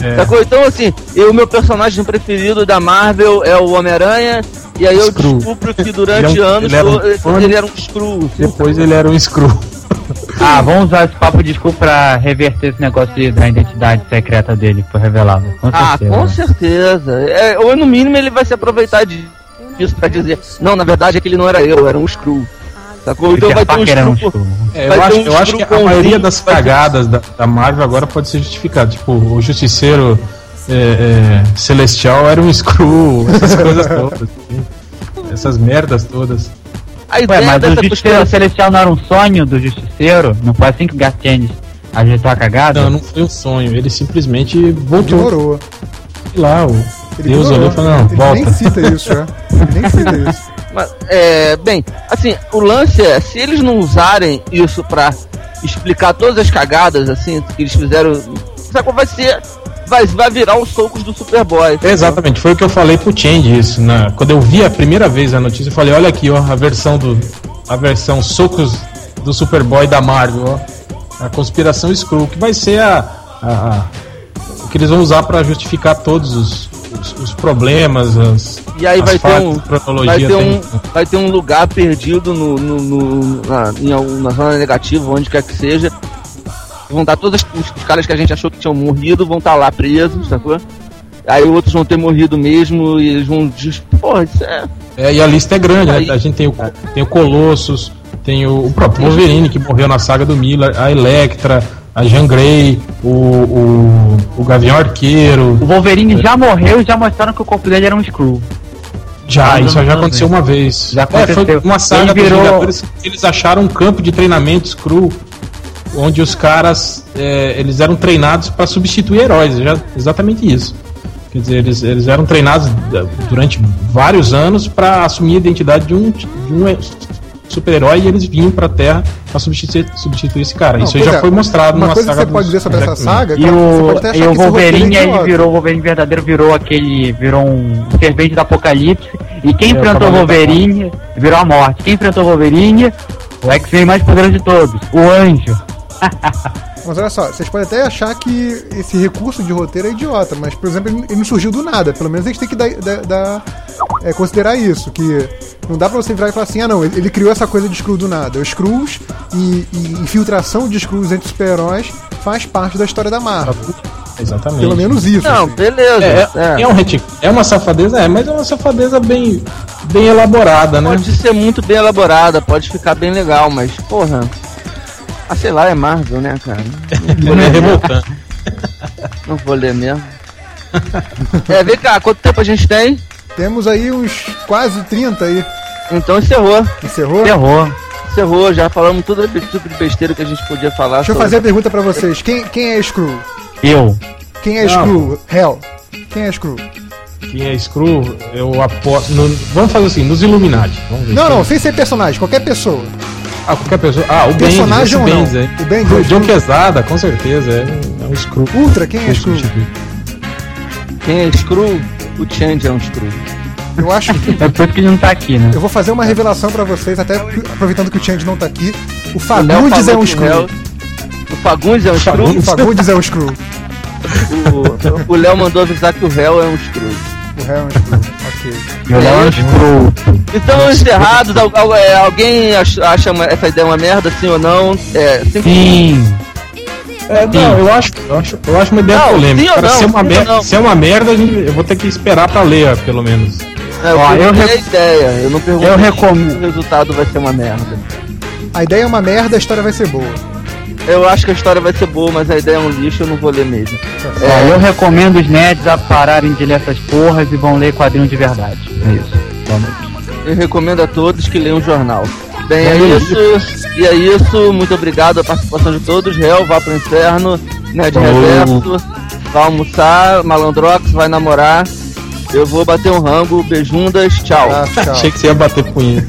Speaker 8: É.
Speaker 4: Sacou? Então, assim, o meu personagem preferido da Marvel é o Homem-Aranha, e aí eu
Speaker 8: Screw.
Speaker 4: descubro que durante
Speaker 8: Ele é um-
Speaker 4: anos
Speaker 8: ele era um
Speaker 4: eu-
Speaker 8: fã.
Speaker 4: ele era um Screw.
Speaker 8: Depois ele era um screw.
Speaker 2: Ah, vamos usar esse papo de desculpa pra reverter esse negócio de- da identidade secreta dele que foi revelada. Com
Speaker 4: Ah,
Speaker 2: certeza.
Speaker 4: com certeza. É, ou no mínimo ele vai se aproveitar de- disso pra dizer, não, na verdade aquele não era eu, era um Screw. Sacou? Então
Speaker 2: Porque
Speaker 4: vai
Speaker 2: a
Speaker 4: ter um
Speaker 2: faca era um
Speaker 4: Screw.
Speaker 2: escuro.
Speaker 8: É,
Speaker 4: Vai
Speaker 8: eu acho,
Speaker 4: ter um
Speaker 8: eu acho que a
Speaker 4: escroconzinho,
Speaker 8: maioria das
Speaker 4: vai ter um-
Speaker 8: cagadas da, da Marvel agora pode ser justificada. Tipo, o Justiceiro é, é, Celestial era um screw, <laughs> essas coisas todas. assim. Essas merdas todas.
Speaker 4: A
Speaker 2: Ué,
Speaker 4: ideia
Speaker 2: mas o
Speaker 4: dessa
Speaker 2: Justiceiro
Speaker 4: costura
Speaker 2: Celestial não era um sonho do Justiceiro? Não foi assim que o Gatienes ajeitou a cagada?
Speaker 8: Não, não foi um sonho. Ele simplesmente voltou
Speaker 7: Ignorou.
Speaker 8: sei lá. O Deus
Speaker 7: ignorou.
Speaker 8: olhou e falou: Não,
Speaker 7: Ele
Speaker 8: volta.
Speaker 7: nem cita isso, é. Ele nem cita isso.
Speaker 4: Mas, é, bem, assim, o lance é, se eles não usarem isso pra explicar todas as cagadas, assim, que eles fizeram, sabe qual vai ser? Vai, vai virar os socos do Superboy.
Speaker 8: Exatamente, foi o que eu falei pro Change isso, né? Quando eu vi a primeira vez a notícia, eu falei, olha aqui, ó, a versão do. A versão socos do Superboy da Marvel, ó. A conspiração Skrull, que vai ser a. a- a- o que eles vão usar pra justificar todos os, os, os problemas, as.
Speaker 4: E aí
Speaker 8: as
Speaker 4: vai ter
Speaker 8: falhas,
Speaker 4: um.
Speaker 8: a cronologia
Speaker 4: Vai ter,
Speaker 8: tem-
Speaker 4: um, vai ter um lugar perdido no, no, no- na, em algum- na zona negativa, onde quer que seja. Vão estar todos os, os caras que a gente achou que tinham morrido, vão estar lá presos, sacou? Aí outros vão ter morrido mesmo e eles vão dizer, porra, isso é.
Speaker 8: É, e a lista é grande,
Speaker 4: Aí-
Speaker 8: né? A gente tem o, tem o Colossus, tem o, o próprio Wolverine que morreu na saga do Miller, a Electra, a Jean Grey, o, o, o Gavião Arqueiro.
Speaker 2: O Wolverine já morreu e já mostraram que o corpo dele era um Screw.
Speaker 7: Ah,
Speaker 8: Já, isso já aconteceu uma vez.
Speaker 2: Já aconteceu.
Speaker 8: É, foi uma saga
Speaker 2: Ele
Speaker 8: dos
Speaker 2: virou-
Speaker 8: Vingadores que eles acharam um campo de treinamentos cru, onde os caras é, eles eram treinados para substituir heróis. já- exatamente isso. Quer dizer, eles, eles eram treinados da- durante vários anos para assumir a identidade de um, de um he- super-herói e eles vinham pra Terra pra substituir, substituir esse cara.
Speaker 7: Não,
Speaker 8: isso aí
Speaker 7: pois
Speaker 8: já
Speaker 7: é.
Speaker 8: foi mostrado
Speaker 7: Uma
Speaker 8: numa
Speaker 7: coisa que
Speaker 8: saga
Speaker 7: você pode
Speaker 8: dos-
Speaker 7: dizer sobre
Speaker 8: dos
Speaker 7: essa
Speaker 8: X-Men.
Speaker 7: saga,
Speaker 2: E
Speaker 7: cara, você pode até
Speaker 2: o,
Speaker 7: achar
Speaker 2: e o
Speaker 7: que esse roteiro é
Speaker 2: Wolverine aí
Speaker 7: idiota.
Speaker 2: virou, o Wolverine verdadeiro virou aquele, virou um servente do apocalipse. E quem
Speaker 8: É, o
Speaker 2: enfrentou o
Speaker 8: Cavaleiro da
Speaker 2: Wolverine virou a morte. Quem enfrentou o Wolverine, o X-Men mais poderoso de todos, o anjo.
Speaker 7: Mas olha só, vocês podem até achar que esse recurso de roteiro é idiota, mas, por exemplo, ele ele não surgiu do nada. Pelo menos a gente tem que dar, dar- dar- é, considerar isso, que não dá pra você virar e falar assim, ah não, ele, ele criou essa coisa de Skrull do nada. Os Skrulls e, e infiltração de Skrulls entre super-heróis faz parte da história da Marvel.
Speaker 8: Exatamente.
Speaker 7: Pelo menos isso.
Speaker 4: Não,
Speaker 7: assim.
Speaker 4: beleza.
Speaker 8: É,
Speaker 4: é.
Speaker 8: é, é um retic- é uma safadeza, é, mas é uma safadeza bem, bem elaborada, né?
Speaker 4: Pode ser muito bem elaborada, pode ficar bem legal, mas, porra. Ah, sei lá, é Marvel, né, cara?
Speaker 8: É revoltante.
Speaker 4: Não vou ler <laughs> mesmo. é, vem cá, quanto tempo a gente tem?
Speaker 7: Temos aí uns quase 30 aí.
Speaker 4: Então encerrou.
Speaker 7: Encerrou?
Speaker 2: Terror.
Speaker 4: Encerrou, já falamos tudo tipo de besteira que a gente podia falar.
Speaker 7: Deixa eu
Speaker 4: sobre-
Speaker 7: fazer a pergunta pra vocês. Quem, quem é Skrull?
Speaker 2: Eu.
Speaker 7: Quem é Skrull? Hell. Quem é Skrull?
Speaker 8: Quem é Screw, eu aposto. no- vamos fazer assim, nos Illuminati. Vamos ver.
Speaker 2: é.
Speaker 7: Não, não, sem ser personagem, qualquer pessoa.
Speaker 8: Ah, qualquer pessoa. Ah, o Bendy,
Speaker 7: Personagem
Speaker 8: esse
Speaker 7: ou não?
Speaker 8: Bendy aí.
Speaker 7: O é Bendy,
Speaker 8: O
Speaker 7: o
Speaker 8: John
Speaker 7: Screw.
Speaker 8: Quesada, com certeza. É um, é um Screw.
Speaker 7: Ultra, quem é Skrull?
Speaker 4: Quem é Screw? O Change é um Screw.
Speaker 2: <laughs>
Speaker 7: Eu acho que.
Speaker 2: É por isso que ele não tá aqui, né?
Speaker 7: Eu vou fazer uma revelação pra vocês, até que- aproveitando que o Change não tá aqui. O
Speaker 4: O Léo
Speaker 7: Fagundes é
Speaker 4: falou
Speaker 7: um
Speaker 4: que o Léo-
Speaker 7: Screw.
Speaker 4: O Fagundes é um Screw?
Speaker 7: O Fagundes é um Screw.
Speaker 4: O- O Léo mandou avisar que o réu é um Screw.
Speaker 7: O réu é um Screw. Ok.
Speaker 2: Eu não
Speaker 7: um
Speaker 2: escuro.
Speaker 4: Então, encerrados, al- al- é, alguém ach- acha uma- essa ideia uma merda, sim ou não? É, cinco-
Speaker 2: Sim.
Speaker 8: É, não, eu acho, eu acho, eu acho uma ideia
Speaker 4: Não, sim
Speaker 8: polêmica.
Speaker 4: ou
Speaker 8: Cara,
Speaker 4: não,
Speaker 8: se, é uma
Speaker 4: sim ou não?
Speaker 8: merda, se é uma merda, a gente- eu vou ter que esperar pra ler, pelo menos.
Speaker 4: É, eu
Speaker 2: Ó, eu
Speaker 4: perguntei
Speaker 2: re-
Speaker 4: a ideia, eu não pergunto
Speaker 2: eu
Speaker 4: se
Speaker 2: recomendo.
Speaker 4: o resultado vai ser uma merda.
Speaker 7: A ideia é uma merda, a história vai ser boa.
Speaker 4: Eu acho que a história vai ser boa, mas a ideia é um lixo, eu não vou ler mesmo.
Speaker 2: Ó, é, eu recomendo os nerds a pararem de ler essas porras e vão ler quadrinhos de verdade. É isso. Vamos.
Speaker 4: Eu recomendo a todos que leiam o jornal. Bem, é isso. E é isso. Muito obrigado a participação de todos. Réu, vá pro inferno. Nerd Reverso. Vai almoçar. Malandrox, vai namorar. Eu vou bater um rango. Beijundas. Tchau.
Speaker 7: Ah, tchau.
Speaker 8: Achei que você ia bater punheta.